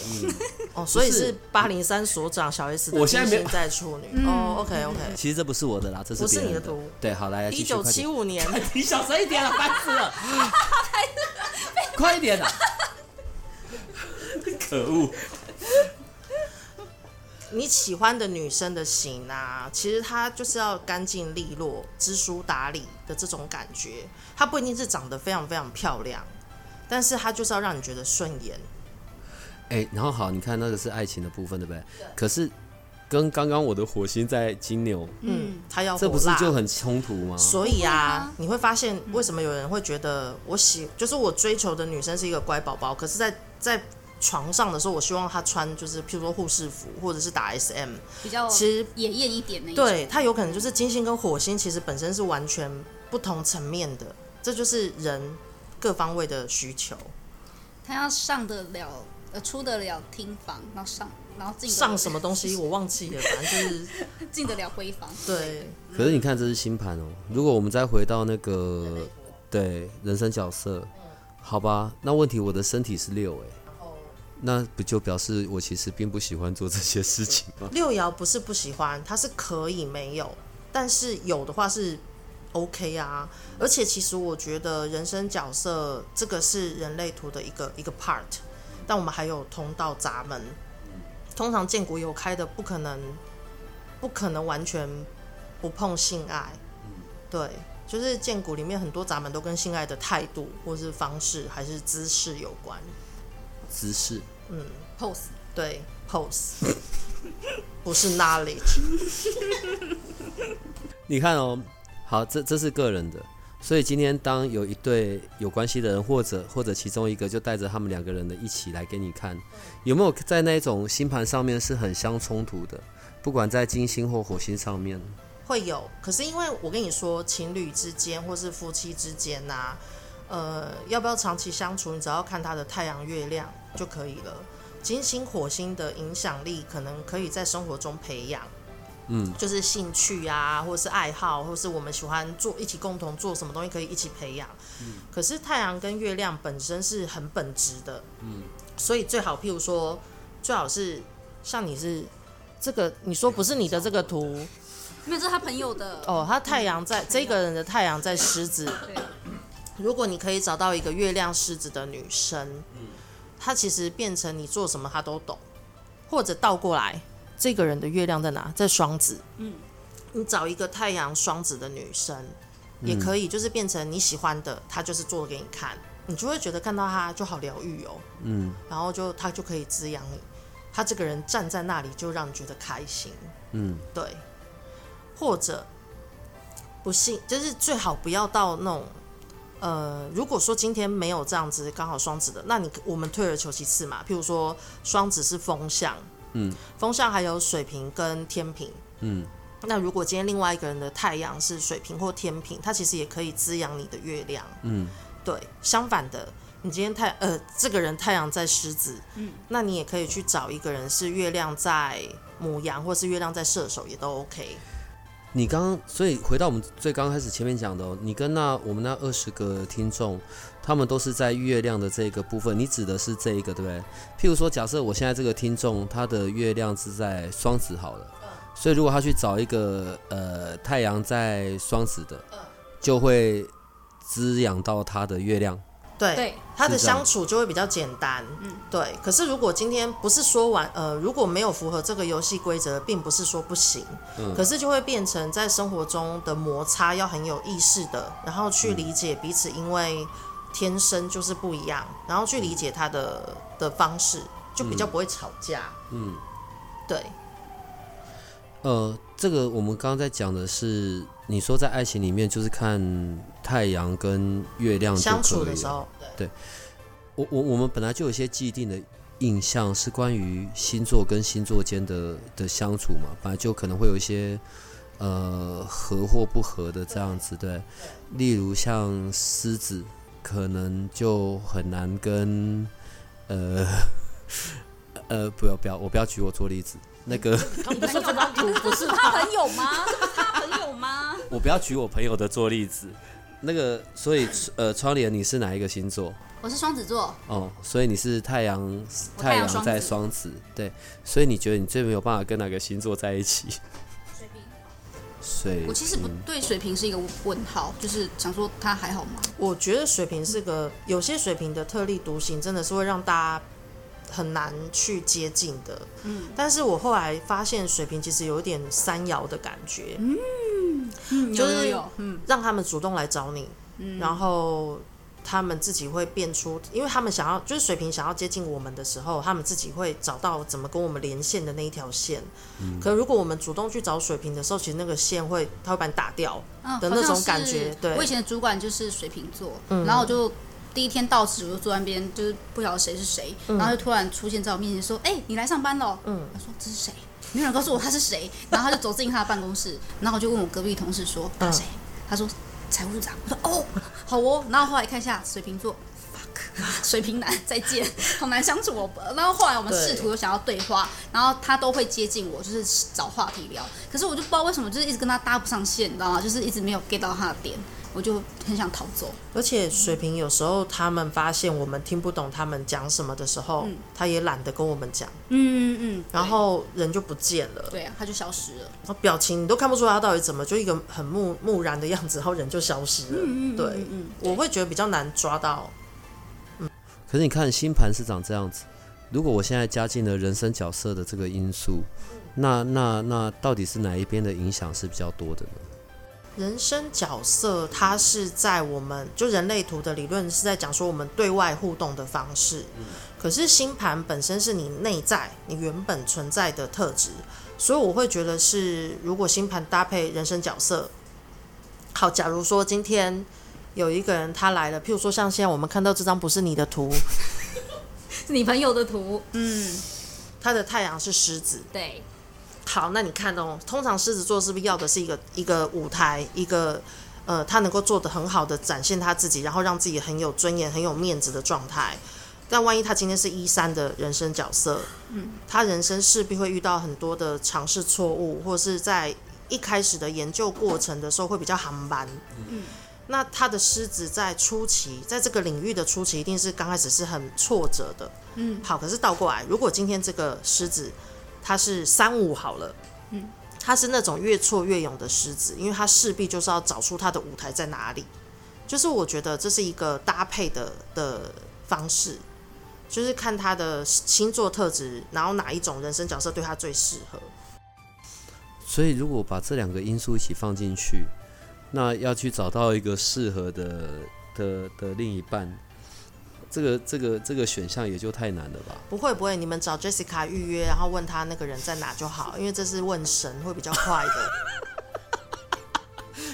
S2: 哦，所以
S1: 嗯不是
S2: 是八零三所长小 S 的
S1: 我现
S2: 金
S1: 在没有嗯
S2: 星在处女。哦，OK OK。
S1: 其实这不是我的啦，这是
S2: 不是
S1: 别人
S2: 你的
S1: 的
S2: 图
S1: 对，好，来，
S2: 一九七
S1: 五，
S2: 五年，
S1: 你小声一点了，啊烦死了， 快一点啊！可恶。
S2: 你喜欢的女生的型啊，其实她就是要干净利落、知书达理的这种感觉。她不一定是长得非常非常漂亮，但是她就是要让你觉得顺眼。
S1: 哎、然后好，你看那个是爱情的部分，对不对？可是跟刚刚我的火星在金牛，
S2: 嗯，她要火
S1: 这
S2: 辣
S1: 不是就很冲突吗？
S2: 所以
S3: 不会
S2: 啊
S3: 啊，
S2: 你会发现为什么有人会觉得我喜，就是我追求的女生是一个乖宝宝，可是在，在床上的时候，我希望她穿就是譬如说护士服或者是打 SM，
S3: 比较
S2: 其实
S3: 野艳一点那一种。
S2: 对她有可能就是金星跟火星其实本身是完全不同层面的，这就是人各方位的需求，
S3: 他要上得了，呃，出得了厅房，然后上，然后进得了
S2: 上什么东西我忘记了，反正就是
S3: 进得了闺房。
S2: 对，
S1: 可是你看，这是星盘哦。如果我们再回到那个对人生角色，好吧，那问题我的身体是六哎，那不就表示我其实并不喜欢做这些事情吗？
S2: 六爻不是不喜欢，它是可以没有，但是有的话是 OK 啊。而且其实我觉得人生角色这个是人类图的一个一个 part，但我们还有通道闸门。通常建国有开的不可能，不可能完全不碰性爱。对，就是建国里面很多闸门都跟性爱的态度，或是方式，还是姿势有关。
S1: 姿势
S3: pose
S2: 对，pose 不是 knowledge。
S1: 你看哦，好，这这是个人的，所以今天当有一对有关系的人，或者或者其中一个就带着他们两个人的一起来给你看，有没有在那种星盘上面是很相冲突的？不管在金星或火星上面，
S2: 会有，可是因为我跟你说，情侣之间或是夫妻之间呐、呃，要不要长期相处，你只要看他的太阳、月亮就可以了。金星、火星的影响力可能可以在生活中培养，
S1: 嗯，
S2: 就是兴趣啊，或是爱好，或是我们喜欢做一起共同做什么东西，可以一起培养。可是太阳跟月亮本身是很本质的，嗯，所以最好，譬如说，最好是像你是这个，你说不是你的这个图，
S3: 没有，这是他朋友的。
S2: 哦，他太阳在这个人的太阳在狮子。
S3: 对，
S2: 如果你可以找到一个月亮狮子的女生，她其实变成你做什么她都懂，或者倒过来，这个人的月亮在哪？在双子。嗯，你找一个太阳双子的女生，
S1: 嗯
S2: 也可以，就是变成你喜欢的，她就是做给你看，你就会觉得看到她就好疗愈哦。
S1: 嗯，
S2: 然后就她就可以滋养你，她这个人站在那里就让你觉得开心。
S1: 嗯，
S2: 对，或者不信，就是最好不要到那种，呃，如果说今天没有这样子刚好双子的，那你我们退而求其次嘛。譬如说双子是风象，
S1: 嗯，
S2: 风象还有水瓶跟天平，
S1: 嗯。
S2: 那如果今天另外一个人的太阳是水瓶或天平，它其实也可以滋养你的月亮，
S1: 嗯，
S2: 对。相反的，你今天太呃，这个人太阳在狮子，嗯，那你也可以去找一个人是月亮在母羊，或是月亮在射手，也都 OK。
S1: 你刚刚，所以回到我们最刚开始前面讲的、哦，你跟那我们那二十个听众，他们都是在月亮的这个部分，你指的是这一个对不对？譬如说，假设我现在这个听众，他的月亮是在双子好了，
S2: 嗯
S1: 所以如果他去找一个呃太阳在双子的，
S2: 嗯
S1: 就会滋养到他的月亮。
S2: 对，
S3: 对，
S2: 他的
S1: 是这样
S2: 相处就会比较简单。嗯，对。可是如果今天不是说完，呃，如果没有符合这个游戏规则，并不是说不行，
S1: 嗯
S2: 可是就会变成在生活中的摩擦要很有意识的，然后去理解彼此，因为天生就是不一样，然后去理解他的的方式，就比较不会吵架。嗯，对，
S1: 呃，这个我们刚刚在讲的是，你说在爱情里面就是看太阳跟月亮嗯就
S2: 相处
S1: 可以
S2: 的
S1: 了
S2: 时候，对
S1: 我我我们本来就有一些既定的印象是关于星座跟星座间的的相处嘛，本来就可能会有一些呃合或不合的这样子，对。例如像狮子，可能就很难跟呃呃不要不要，我不要举我做例子，那个
S2: 他不是说这张图不是
S3: 他朋友吗？这不是他朋友吗？
S1: 我不要举我朋友的做例子。那个，所以呃，窗帘你是哪一个星座？
S3: 我是双子座，
S1: 哦，所以你是太阳，
S3: 我太阳
S1: 阳
S3: 双
S1: 在
S3: 子
S1: 双子，对，所以你觉得你最没有办法跟哪个星座在一起？水瓶。水，
S3: 我其实不对水瓶是一个问号，就是想说他还好吗？
S2: 我觉得水瓶是个有些水瓶的特立独行，真的是会让大家很难去接近的。嗯，但是我后来发现水瓶其实有一点山摇的感觉，
S3: 嗯，
S2: 就
S3: 有
S2: 是
S3: 有有，嗯，
S2: 让他们主动来找你，然后他们自己会变出，因为他们想要就是水瓶想要接近我们的时候，他们自己会找到怎么跟我们连线的那一条线。可如果我们主动去找水瓶的时候，其实那个线会他会把你打掉。
S3: 嗯
S2: 的
S3: 好
S2: 那
S3: 像
S2: 种感觉
S3: 是
S2: 对嗯
S3: 我以前的主管就是水瓶座，然后我就第一天到职，我就坐在那边，就是不晓得谁是谁，
S2: 嗯
S3: 然后就突然出现在我面前说：“哎、你来上班了。”嗯，我说这是谁？没有人告诉我他是谁，然后他就走进他的办公室，然后我就问我隔壁同事说他
S2: 嗯
S3: 谁？他说财务长。我 说哦，好哦。然后后来看一下水瓶座。fuck，水 瓶男，再见， 好难相处哦。然后后来我们
S2: 对
S3: 试图有想要对话，然后他都会接近我，就是找话题聊。可是我就不知道为什么，就是一直跟他搭不上线，你知道吗？就是一直没有 get 到他的点，我就很想逃走。
S2: 而且水瓶有时候他们发现我们听不懂他们讲什么的时候，他也懒得跟我们讲，
S3: 嗯嗯嗯嗯。
S2: 然后人就不见了，
S3: 对啊，他就消失了。
S2: 然后表情你都看不出来他到底怎么，就一个很木木然的样子，然后人就消失了。对，
S3: 嗯，
S2: 我会觉得比较难抓到。
S1: 可是你看星盘是长这样子，如果我现在加进了人生角色的这个因素，那那那到底是哪一边的影响是比较多的呢？
S2: 人生角色，它是在我们就人类图的理论是在讲说我们对外互动的方式。可是星盘本身是你内在你原本存在的特质，所以我会觉得是如果星盘搭配人生角色，好，假如说今天有一个人他来了，譬如说像现在我们看到这张不是你的图，
S3: 是你朋友的图。嗯，
S2: 他的太阳是狮子，
S3: 对，
S2: 好，那你看哦，通常狮子座是不是要的是一个一个舞台，一个呃，他能够做的很好的展现他自己，然后让自己很有尊严、很有面子的状态。但万一他今天是一三的人生角色，嗯，他人生势必会遇到很多的尝试错误，或是在一开始的研究过程的时候会比较含班。嗯，那他的狮子在初期，在这个领域的初期，一定是刚开始是很挫折的。嗯，好，可是倒过来，如果今天这个狮子他是三五好了，嗯，他是那种越挫越勇的狮子，因为他势必就是要找出他的舞台在哪里。就是我觉得这是一个搭配的的方式，就是看他的星座特质，然后哪一种人生角色对他最适合。
S1: 所以如果把这两个因素一起放进去，那要去找到一个适合的的的另一半，这个这个这个选项也就太难了吧？
S2: 不会不会，你们找 Jessica 预约，然后问他那个人在哪就好，因为这是问神会比较快的。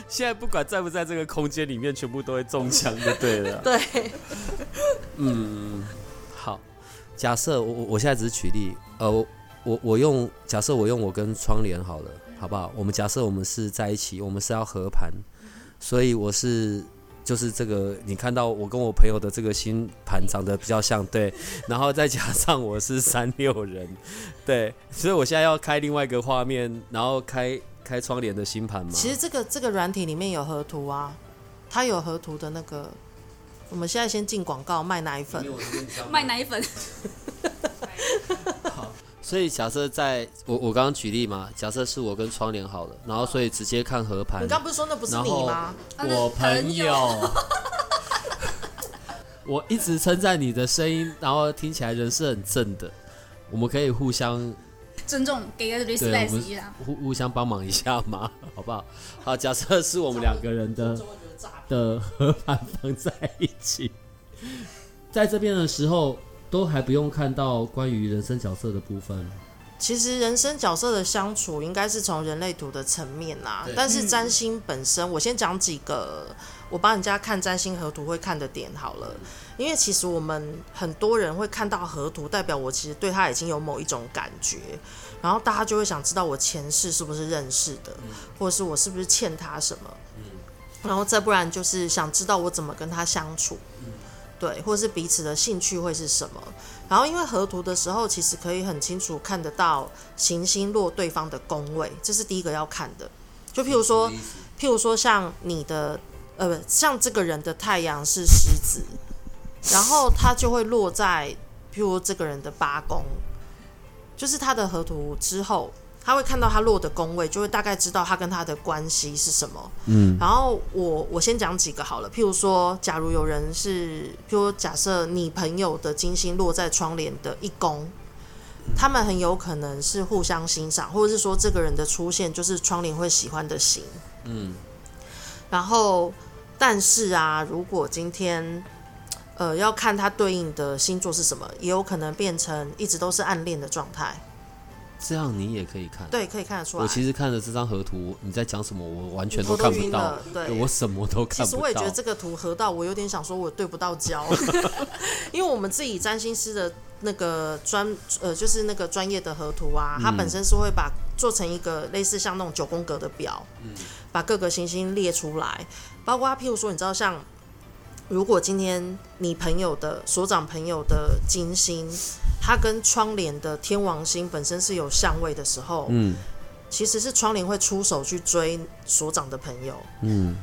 S1: 现在不管在不在这个空间里面，全部都会中枪就对了。
S2: 对，
S1: 好，假设我我我现在只是举例，呃，我我我用假设我用我跟窗帘好了，好不好？我们假设我们是在一起，我们是要合盘，所以我是就是这个，你看到我跟我朋友的这个星盘长得比较像，对，然后再加上我是三六人，对，所以我现在要开另外一个画面，然后开。开窗帘的星盘吗？
S2: 其实这个这个软体里面有河图啊，它有河图的那个。我们现在先进广告卖奶粉，
S3: 卖奶粉，
S1: 所以假设在我我刚刚举例嘛，假设是我跟窗帘好了，然后所以直接看合盘
S2: 你。刚不是说那不是你吗？
S1: 嗯然后我啊朋 友，我一直称赞你的声音，然后听起来人是很正的，我们可以互相
S3: 尊重给个
S1: 对，啊我
S3: respect 一
S1: 们
S3: 下。
S1: 互互相帮忙一下嘛， 好不好？好，假设是我们两个人的的合盘放在一起， 在这边的时候都还不用看到关于人生角色的部分。
S2: 其实人生角色的相处应该是从人类图的层面啦
S1: 对，
S2: 但是占星本身，我先讲几个我帮人家看占星河图会看的点好了，因为其实我们很多人会看到河图，代表我其实对他已经有某一种感觉，然后大家就会想知道我前世是不是认识的，
S1: 嗯
S2: 或者是我是不是欠他什么，然后再不然就是想知道我怎么跟他相处，
S1: 嗯
S2: 对，或者是彼此的兴趣会是什么。然后因为合图的时候，其实可以很清楚看得到行星落对方的宫位，这是第一个要看的。就譬如说，譬如说像你的，呃，不，像这个人的太阳是狮子，然后他就会落在譬如这个人的八宫，就是他的合图之后，他会看到他落的宫位，就会大概知道他跟他的关系是什么。嗯，然后我我先讲几个好了，譬如说，假如有人是，譬如假设你朋友的金星落在窗帘的一宫。他们很有可能是互相欣赏，或者是说这个人的出现就是窗帘会喜欢的型。
S1: 嗯，
S2: 然后，但是啊，如果今天，呃，要看它对应的星座是什么，也有可能变成一直都是暗恋的状态。
S1: 这样你也可以看。啊
S2: 对，可以看得出来。
S1: 我其实看了这张河图，你在讲什么，我完全
S2: 我都
S1: 看不
S2: 晕
S1: 到
S2: 了，对
S1: 我什么都看
S2: 其
S1: 不
S2: 实
S1: 到。
S2: 我也觉得这个图合到我有点想说，我对不到 焦，因为我们自己占星师的那个专呃，就是那个专业的合图啊，它
S1: 嗯
S2: 本身是会把做成一个类似像那种九宫格的表，
S1: 嗯
S2: 把各个行星列出来，包括它譬如说，你知道像如果今天你朋友的所长朋友的金星，它跟窗帘的天王星本身是有相位的时候，
S1: 嗯
S2: 其实是窗帘会出手去追所长的朋友，
S1: 嗯，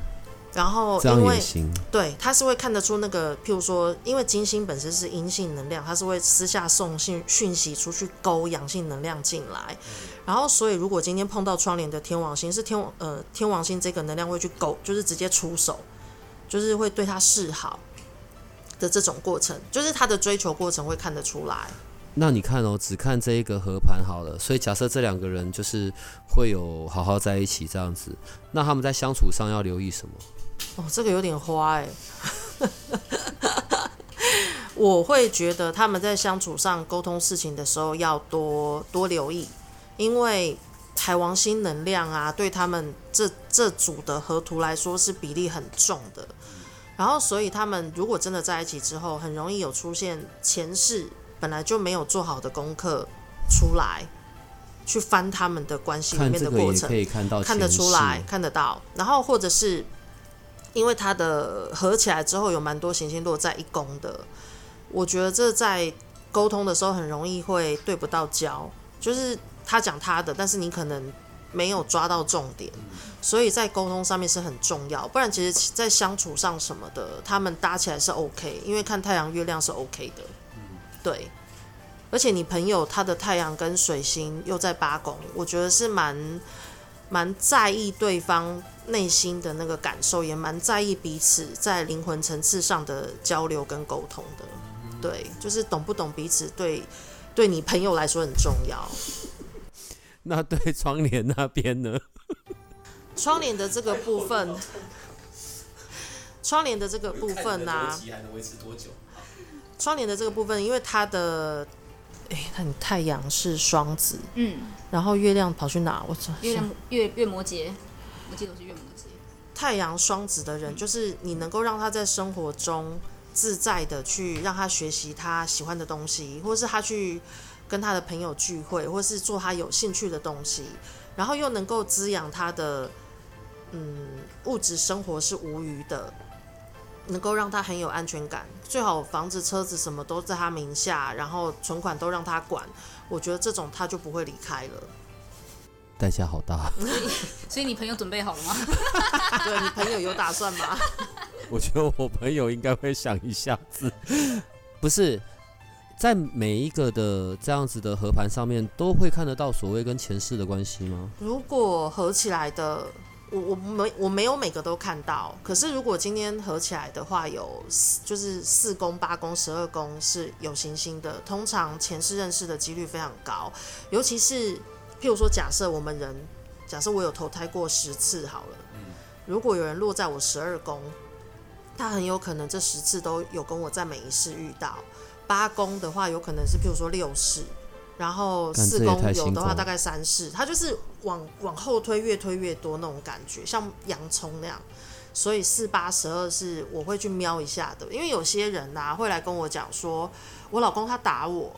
S2: 然后
S1: 这样
S2: 因
S1: 也
S2: 为。
S1: 行。
S2: 对，他是会看得出那个，譬如说，因为金星本身是阴性能量，它是会私下送信讯息出去勾阳性能量进来，然后所以如果今天碰到窗帘的天王星，是天王呃天王星这个能量会去勾，就是直接出手，就是会对他示好的这种过程，就是他的追求过程会看得出来。
S1: 那你看哦，只看这一个合盘好了。所以假设这两个人就是会有好好在一起这样子，那他们在相处上要留意什么？
S2: 哦，这个有点花哎、 我会觉得他们在相处上沟通事情的时候要多多留意，因为海王星能量啊，对他们这这组的合图来说是比例很重的。然后，所以他们如果真的在一起之后，很容易有出现前世本来就没有做好的功课出来，去翻他们的关系里
S1: 看
S2: 面
S1: 这
S2: 的
S1: 个
S2: 过
S1: 也
S2: 程
S1: 可。以看到
S2: 看得
S1: 前
S2: 出
S1: 世
S2: 来，看得到。然后或者是因为它的合起来之后有蛮多行星落在一宫的，我觉得这在沟通的时候很容易会对不到焦，就是他讲他的，但是你可能没有抓到重点，
S1: 嗯
S2: 所以在沟通上面是很重要。不然其实，在相处上什么的，他们搭起来是 OK，因为看太阳、月亮是 OK 的，
S1: 嗯
S2: 对。而且你朋友他的太阳跟水星又在八宫，我觉得是蛮蛮在意对方内心的那个感受，也蛮在意彼此在灵魂层次上的交流跟沟通的。对，就是懂不懂彼此对，对你朋友来说很重要。
S1: 那对窗帘那边呢？
S2: 窗帘的这个部分，窗帘的这个部分啊，
S1: 还能维持多久？
S2: 窗帘的这个部分，因为它的，哎、那你太阳是双子，
S3: 嗯，
S2: 然后月亮跑去哪？我操，
S3: 月亮月月摩羯，我记得我是月摩羯。
S2: 太阳双子的人，就是你能够让他在生活中自在的去让他学习他喜欢的东西，或是他去跟他的朋友聚会，或是做他有兴趣的东西，然后又能够滋养他的嗯物质生活是无余的，能够让他很有安全感。最好房子、车子什么都在他名下，然后存款都让他管，我觉得这种他就不会离开了。
S1: 代价好大。啊
S3: 所以你朋友准备好了吗？
S2: 对你朋友有打算吗？
S1: 我觉得我朋友应该会想一下子， 不是在每一个的这样子的和盘上面都会看得到所谓跟前世的关系吗？
S2: 如果合起来的，我我没我没有每个都看到，可是如果今天合起来的话，有四就是四宫、八宫、十二宫是有行星的，通常前世认识的几率非常高，尤其是譬如说，假设我们人，假设我有投胎过十次好了，如果有人落在我十二宫，他很有可能这十次都有跟我在每一世遇到。八宫的话，有可能是譬如说六世，然后
S1: 干
S2: 四
S1: 这也
S2: 宫
S1: 太
S2: 有
S1: 辛
S2: 的
S1: 苦
S2: 话
S1: 了
S2: 大概三世，他就是往往后推，越推越多那种感觉，像洋葱那样。所以四八十二是我会去瞄一下的，因为有些人呐、会来跟我讲说，我老公他打我，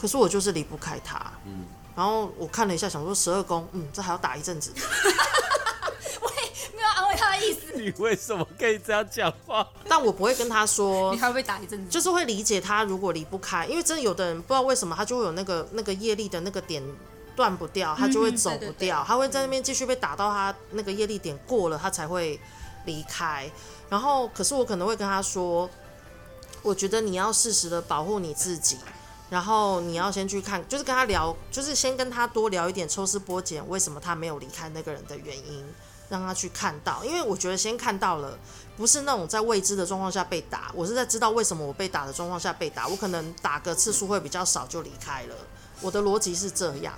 S2: 可是我就是离不开他。嗯，然后我看了一下，想说十二宫，嗯，这还要打一阵子。
S3: 没有啊安慰他的意 思，
S1: 你为什么可以这样讲话？
S2: 但我不会跟他说
S3: 你，还会被打一阵子。
S2: 就是会理解他如果离不开，因为真的有的人不知道为什么他就会有那个那个业力的那个点断不掉，他就会走不
S3: 嗯对对对
S2: 掉，他会在那边继续被打到他那个业力点过了，他才会离开。然后，可是我可能会跟他说，我觉得你要适时的保护你自己。然后你要先去看，就是跟他聊，就是先跟他多聊一点抽丝剥茧，为什么他没有离开那个人的原因，让他去看到。因为我觉得先看到了，不是那种在未知的状况下被打，我是在知道为什么我被打的状况下被打，我可能打个次数会比较少就离开了。我的逻辑是这样，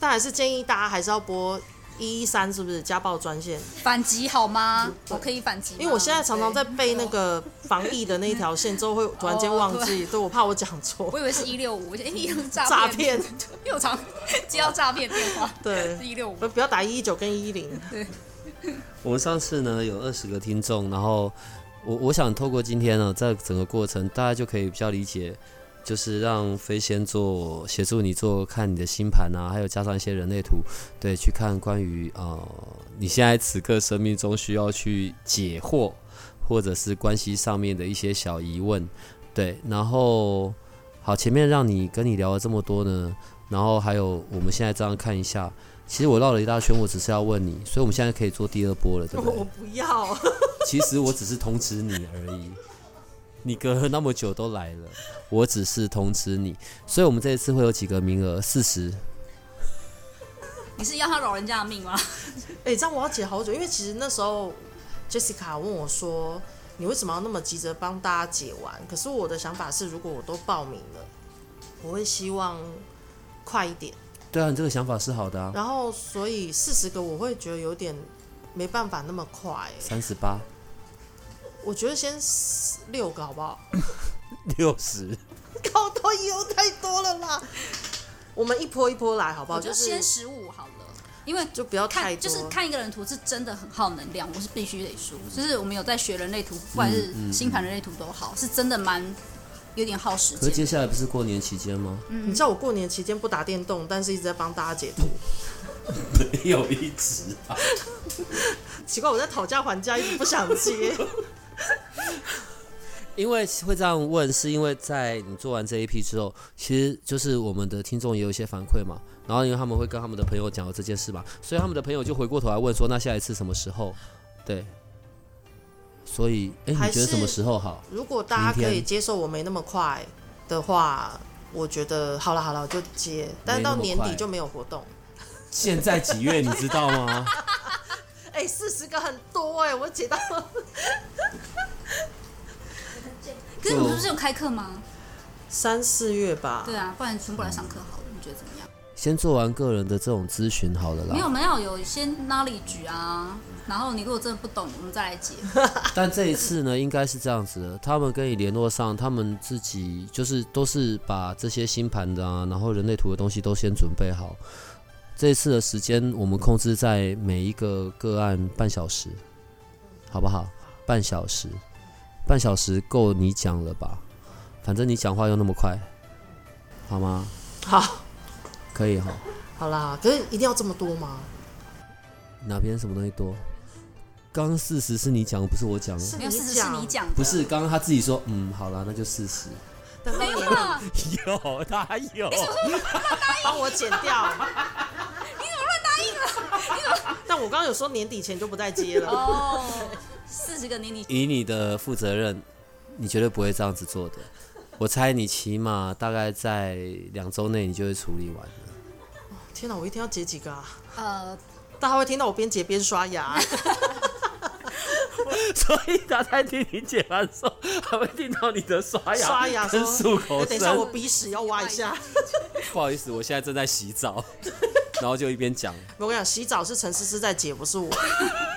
S2: 但还是建议大家还是要拨一一三，是不是家暴专线？
S3: 反击好吗？我可以反击吗，
S2: 因为我现在常常在
S3: 对
S2: 背那，个防疫的那一条线，之后会突然间忘记，哦对我怕我讲错
S3: 我。以为是一六五，我觉得哎，你是诈
S2: 诈骗，
S3: 因为我常接到诈骗电话，
S2: 对
S3: 是一六五
S2: 不，不要打一一九跟一一零，
S1: 我们上次呢有二十个听众，然后我我想透过今天呢，在整个过程，大家就可以比较理解，就是让飞仙做协助你做看你的星盘啊，还有加上一些人类图，对，去看关于呃你现在此刻生命中需要去解惑，或者是关系上面的一些小疑问，对，然后好，前面让你跟你聊了这么多呢，然后还有我们现在这样看一下。其实我绕了一大圈，我只是要问你，所以我们现在可以做第二波了，对
S2: 我
S1: 不对？
S2: 我不要。
S1: 其实我只是通知你而已。你隔了那么久都来了，我只是通知你，所以我们这一次会有几个名额，四十。
S3: 你是要他饶人家的命吗？
S2: 哎、这样我要解好久，因为其实那时候 Jessica 问我说：“你为什么要那么急着帮大家解完？”可是我的想法是，如果我都报名了，我会希望快一点。
S1: 对啊，你这个想法是好的啊。
S2: 然后，所以四十个我会觉得有点没办法那么快、欸
S1: 三十八、
S2: 我觉得先六个好不好？
S1: 六十，
S2: 搞到以后太多了啦。我们一波一波来好不好？
S3: 我就是先十五好了，因为
S2: 就不要太
S3: 看
S2: 多，
S3: 就是看一个人图是真的很耗能量，我是必须得说，就是我们有在学人类图，不管是
S1: 嗯
S3: 星盘人类图都好，是真的蛮有点耗时
S1: 可是接
S3: 间。
S1: 下来不是过年期间吗？
S2: 你知道我过年期间不打电动，但是一直在帮大家解图。
S1: 没 有一直啊。
S2: 奇怪，我在讨价还价，一直不想接。
S1: 因为会这样问，是因为在你做完这一批之后，其实就是我们的听众也有一些反馈嘛，然后因为他们会跟他们的朋友讲了这件事嘛，所以他们的朋友就回过头来问说，那下一次什么时候？对，所以，哎，你
S2: 还
S1: 觉得什么
S2: 是
S1: 时候好？
S2: 如果大家
S1: 明天
S2: 可以接受我没那么快的话，我觉得好了好了，我就接。但到年
S1: 没那么
S2: 底
S1: 快
S2: 就没有活动。
S1: 现在几月你知道吗？
S2: 哎、4四十个很多哎、我解到
S3: 可是你们不是有开课吗？
S2: 三四月吧。
S3: 对啊，不然全部来上课好了，你觉得怎么样？
S1: 先做完个人的这种咨询好了
S3: 没有，
S1: 啦。
S3: 我们要有一些 knowledge 啊，然后你如果真的不懂，我们再来解。
S1: 但这一次呢，应该是这样子的，他们跟你联络上，他们自己就是都是把这些星盘的啊，然后人类图的东西都先准备好。这一次的时间我们控制在每一个个案半小时，好不好？半小时，半小时够你讲了吧？反正你讲话又那么快，好吗？
S2: 好，
S1: 可以哈。
S2: 好啦，可是一定要这么多吗？
S1: 哪边什么东西多？刚刚事实是你讲，不是我讲。
S2: 是
S3: 没有
S2: 你
S3: 事实是
S2: 讲
S3: 你，讲的，
S1: 不是，刚刚他自己说，嗯，好啦，那就四十。
S2: 但到
S3: 没有
S2: 年底
S3: 啊？
S1: 有，他有。
S2: 帮我剪掉。
S3: 你怎么啊
S2: 我刚刚有说年底前就不再接了。
S3: 哦，四十个年底，
S1: 以你的负责任，你绝对不会这样子做的。我猜你起码大概在两周内你就会处理完了。
S2: 天哪，我一天要截几个啊？
S3: 呃，
S2: 大家会听到我边截边刷 牙。
S1: 所以他在听你解完之后，还会听到你的
S3: 哎
S1: 刷牙
S2: 刷牙
S1: 跟
S2: 说哎
S1: 漱口
S2: 等一下，
S1: 声。
S2: 我鼻屎要挖一下。
S1: 不好意思，我现在正在洗 澡，然后就一边讲。
S2: 我跟你讲，洗澡是陈思思在解，不是我。
S1: 哎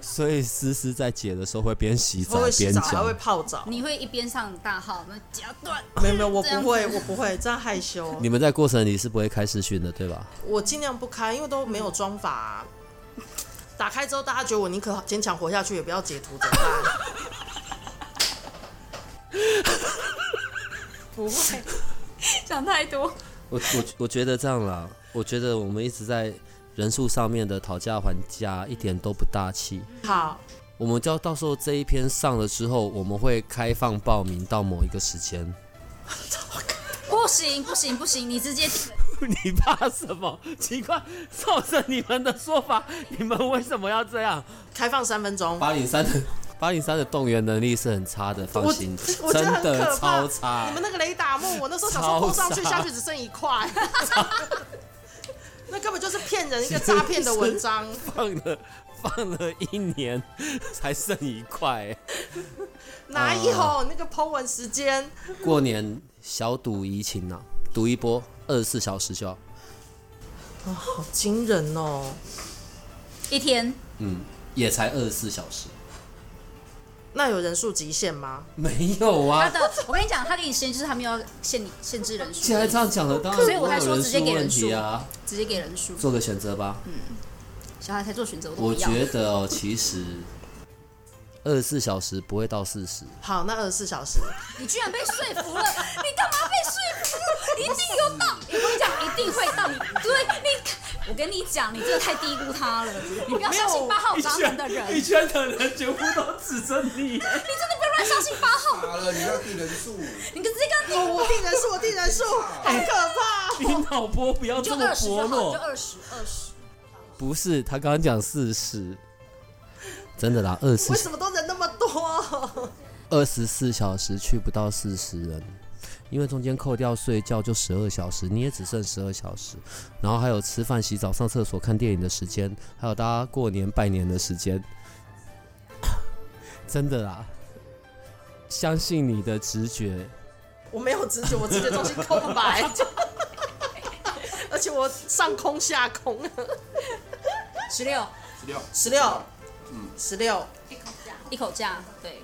S1: 所以思思在解的时候会边洗
S2: 我
S1: 澡
S2: 会洗
S1: 边
S2: 澡，还会
S1: 讲。
S2: 泡澡。
S3: 你会一边上大号，那夹断。
S2: 没有没有，我
S3: 这样
S2: 不
S3: 子
S2: 会，我不会，这样害羞。
S1: 你们在过程里是不会开视讯的，对吧？
S2: 我尽量不开，因为都没有装法啊、 打开之后，大家觉得我宁可坚强活下去，也不要截图，怎么 办？
S3: 不会，想太多。
S1: 我我我觉得这样啦，我觉得我们一直在人数上面的讨价还价，一点都不大气。
S2: 好，
S1: 我们就要到时候这一篇上了之后，我们会开放报名到某一个时间。
S3: 不行不行不行，你直接
S1: 你怕什么？奇怪，照着你们的说法，你们为什么要这样？
S2: 开放三分钟。
S1: 八零三的八零三的动员能力是很差的，放
S2: 我
S1: 心，
S2: 我觉
S1: 真
S2: 得很
S1: 的
S2: 可怕
S1: 超差
S2: 你。们那个雷达幕，我那时候想说
S1: 超
S2: 扣上去
S1: 傻
S2: 下去只剩 一块，那根本就是骗人一个诈骗的 文章。
S1: 放了放了一年， 才剩一块。欸
S2: 哪有那个 Po 文时间？
S1: 过年小赌怡情呐、赌一波，二十四小时就要。
S2: 好惊人哦！
S3: 一天。
S1: 嗯，也才二十四小时，
S2: 那有人数极限吗？
S1: 没有
S3: 他
S1: 啊。
S3: 的，我跟你讲，他给你时间就是他没有限你限制人数
S1: 现，在这样讲的，当然
S3: 所以我才说
S1: 不会有
S3: 直接给
S1: 人
S3: 人嗯
S1: 数
S3: 数
S1: 问题啊。
S3: 直接给人数，
S1: 做个选择吧。
S3: 小孩才做选择，我都不
S1: 我
S3: 要。
S1: 觉得哦，其实二十四小时不会到四十，
S2: 好，那二十四小时，
S3: 你居然被说服了，你干嘛被说服？你一定有到，我跟你讲，一定会到你。对，你，我跟你讲，你真的太低估他了，你不要相信八号闸门的人，你
S1: 圈哎的人全部都指着你。
S3: 真的不要乱相信八号，
S4: 好了，你要定人数，
S3: 你直接跟
S2: 哦，我定人数，我定人数，好
S1: 哎
S2: 可怕哦、
S1: 你脑波不要
S3: 就二十就好，就，二十二十。
S1: 不是他刚刚讲四十，真的啦，二十
S2: 为什么都人那么多？
S1: 二十四小时去不到四十人，因为中间扣掉睡觉就十二小时，你也只剩十二小时，然后还有吃饭、洗澡、上厕所、看电影的时间，还有大家过年拜年的时间， 真的啦，相信你的直觉，
S2: 我没有直觉，我直觉中心空白， 而且我上空下空。
S3: 十六
S4: 十六，
S2: 十六，
S1: 嗯
S2: 十六，
S3: 一口价，对，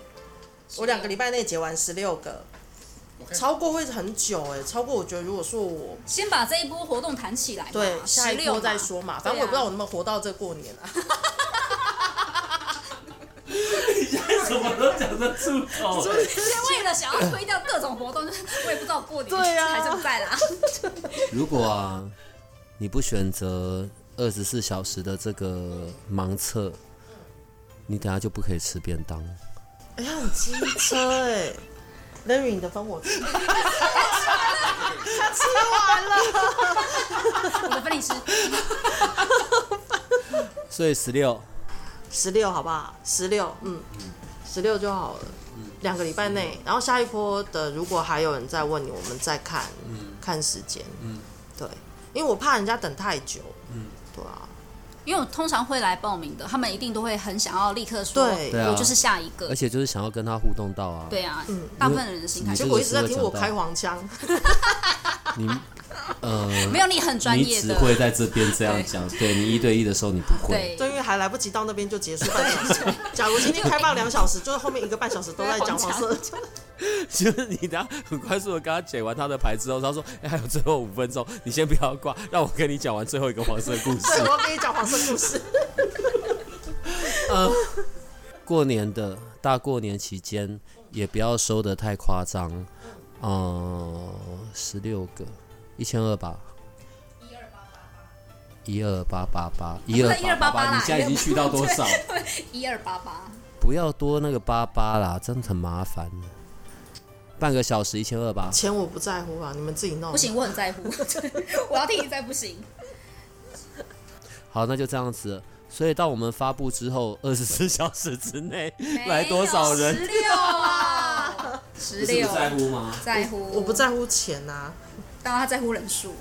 S2: 我两个礼拜内结完十六个，超过会很久哎、超过我觉得如果说我
S3: 先把这一波活动谈起来嘛，啊
S2: 对下
S3: 十
S2: 一
S3: 六
S2: 波再说嘛，啊反正我也不知道我能不能活到这过年啊。
S1: 什么都讲得出口
S3: 就是为了想要推掉各种活动，就是我也不知道过年
S2: 对啊
S3: 还在不在啦。
S1: 如果啊，你不选择二十四小时的这个盲测，你等下就不可以吃便当。
S2: 哎呀，很机车哎、l a r r y 你的分我吃，他吃完了，
S3: 我的分你吃，
S1: 所以十六，
S2: 十六好不好？十六，嗯，十六就好了，两个礼拜内，然后下一波的如果还有人再问你，我们再看，看时间，嗯，对，因为我怕人家等太久，嗯，对啊，
S3: 因为我通常会来报名的，他们一定都会很想要立刻说，
S2: 对对
S1: 啊
S3: 我就是下一个
S1: 而。且就是想要跟他互动到啊。
S3: 对啊，
S2: 嗯
S3: 大部分人的心态
S1: 你
S3: 就
S2: 结果一直在听
S1: 这个是
S2: 我
S1: 会讲到
S2: 开黄腔。
S1: 你呃，
S3: 没有你很专
S1: 你
S3: 业
S1: 只
S3: 的，
S1: 会在这边这样讲。对你一对一的时候，你不会。
S3: 对
S2: 对，因为还来不及到那边就结束半小 时。假如今天开放两小时，就是后面一个半小时都在讲黄 色。
S1: 就是你等下很快速的跟他解完他的牌之后，他说：“哎、还有最后五分钟，你先不要挂，让我跟你讲完最后一个黄色故
S2: 对，我要跟你讲黄色故事。
S1: 过年的大过年期间，也不要收的太夸张，呃，十六个，一千二吧。一二八八八，一二
S3: 不是
S1: 八
S3: 1288啦
S1: 你现在已经去到多少？
S3: 一二八八，
S1: 不要多那个八八啦，真的很麻烦。半个小时一千二吧，
S2: 钱我不在乎啊，你们自己弄。
S3: 不，行，我 很在乎，我要替你在不行。
S1: 好，那就这样子。所以到我们发布之后，二十四小时之内
S3: 没有
S1: 来多少人？
S3: 十六啊，十
S1: 不是
S3: 六
S1: 不在乎吗？
S3: 在乎，
S2: 我不，在乎钱啊，
S3: 当然他在乎人数。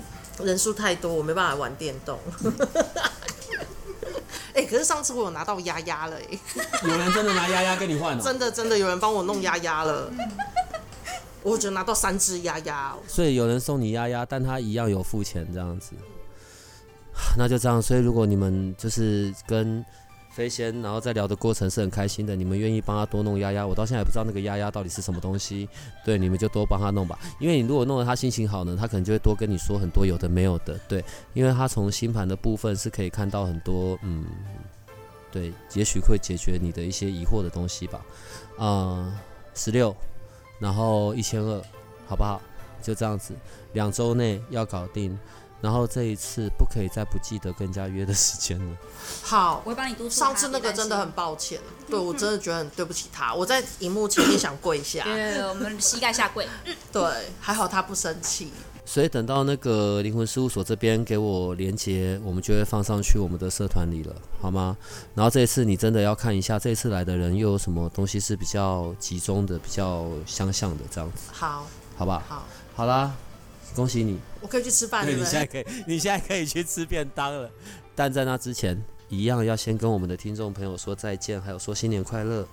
S2: 人数太多，我没办法玩电动。 哎、可是上次我有拿到丫丫了、哎，
S1: 有人真的拿丫丫跟你换哦。
S2: 真的真的有人帮我弄丫丫了，我只拿到三只丫丫、哦。
S1: 所以有人送你丫丫，但他一样有付钱这样子。 那就这样，所以如果你们就是跟飞仙，然后在聊的过程是很开心的，你们愿意帮他多弄丫丫，我到现在也不知道那个丫丫到底是什么东西，对，你们就多帮他弄吧。因为你如果弄得他心情好呢，他可能就会多跟你说很多有的没有的，对，因为他从星盘的部分是可以看到很多，嗯，对，也许会解决你的一些疑惑的东西吧。呃，十六，然后一千二，好不好？就这样子，两周内要搞定。然后这一次不可以再不记得跟人家约的时间了。
S2: 好
S3: 我，会帮你督促他。
S2: 上次那个真的很抱歉，对我真的觉得很对不起他。我在荧幕前面想跪下，
S3: 别担心。对，我们膝盖下跪。
S2: 对，还好他不生气。
S1: 所以等到那个灵魂事务所这边给我连接，我们就会放上去我们的社团里了，好吗？然后这一次你真的要看一下，这一次来的人又有什么东西是比较集中的、比较相像的这样子，
S2: 好，
S1: 好吧？
S2: 好，
S1: 好啦，恭喜你，
S2: 我可以去吃饭，
S1: 对
S2: 对
S1: 你
S2: 不
S1: 现在
S2: 对？
S1: 可以， 你现在可以去吃便当了。但在那之前，一样要先跟我们的听众朋友说再见，还有说新年快乐。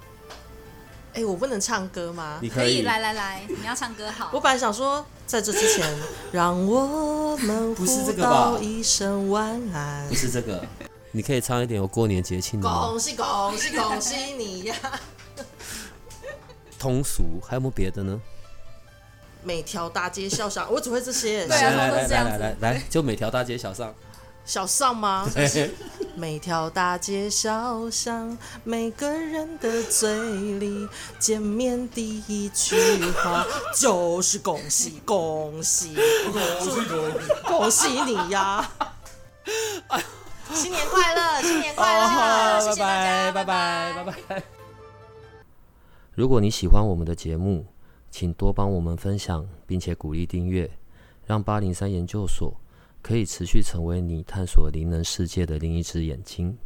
S2: 哎、我不能唱歌吗？
S1: 你
S3: 可以，
S1: 以
S3: 来来来，你要唱歌
S2: 我
S3: 好。
S2: 本来想说，在这之前，让我们
S1: 不是
S2: 互
S1: 这个吧嗯
S2: 道一声晚安
S1: 不。是这个，你可以唱一点有过年节庆的吗
S2: 恭喜恭喜恭喜你呀！
S1: 通俗，还有没有别的呢？
S2: 每条大街小巷，我只会这些。
S3: 对
S1: 来来
S3: 啊通常都
S1: 来
S3: 是这样
S1: 来
S3: 子
S1: 来来，就每条大街小巷。
S2: 小巷吗？
S1: 对
S2: 每条大街小巷，每个人的嘴里，见面第一句话就是恭喜恭喜恭喜你呀！新年快乐，新年
S3: 哦
S2: 快乐！
S3: 谢谢大家拜拜
S1: 拜拜。如果你喜欢我们的节目，请多帮我们分享，并且鼓励订阅，让八零三研究所可以持续成为你探索灵能世界的另一只眼睛。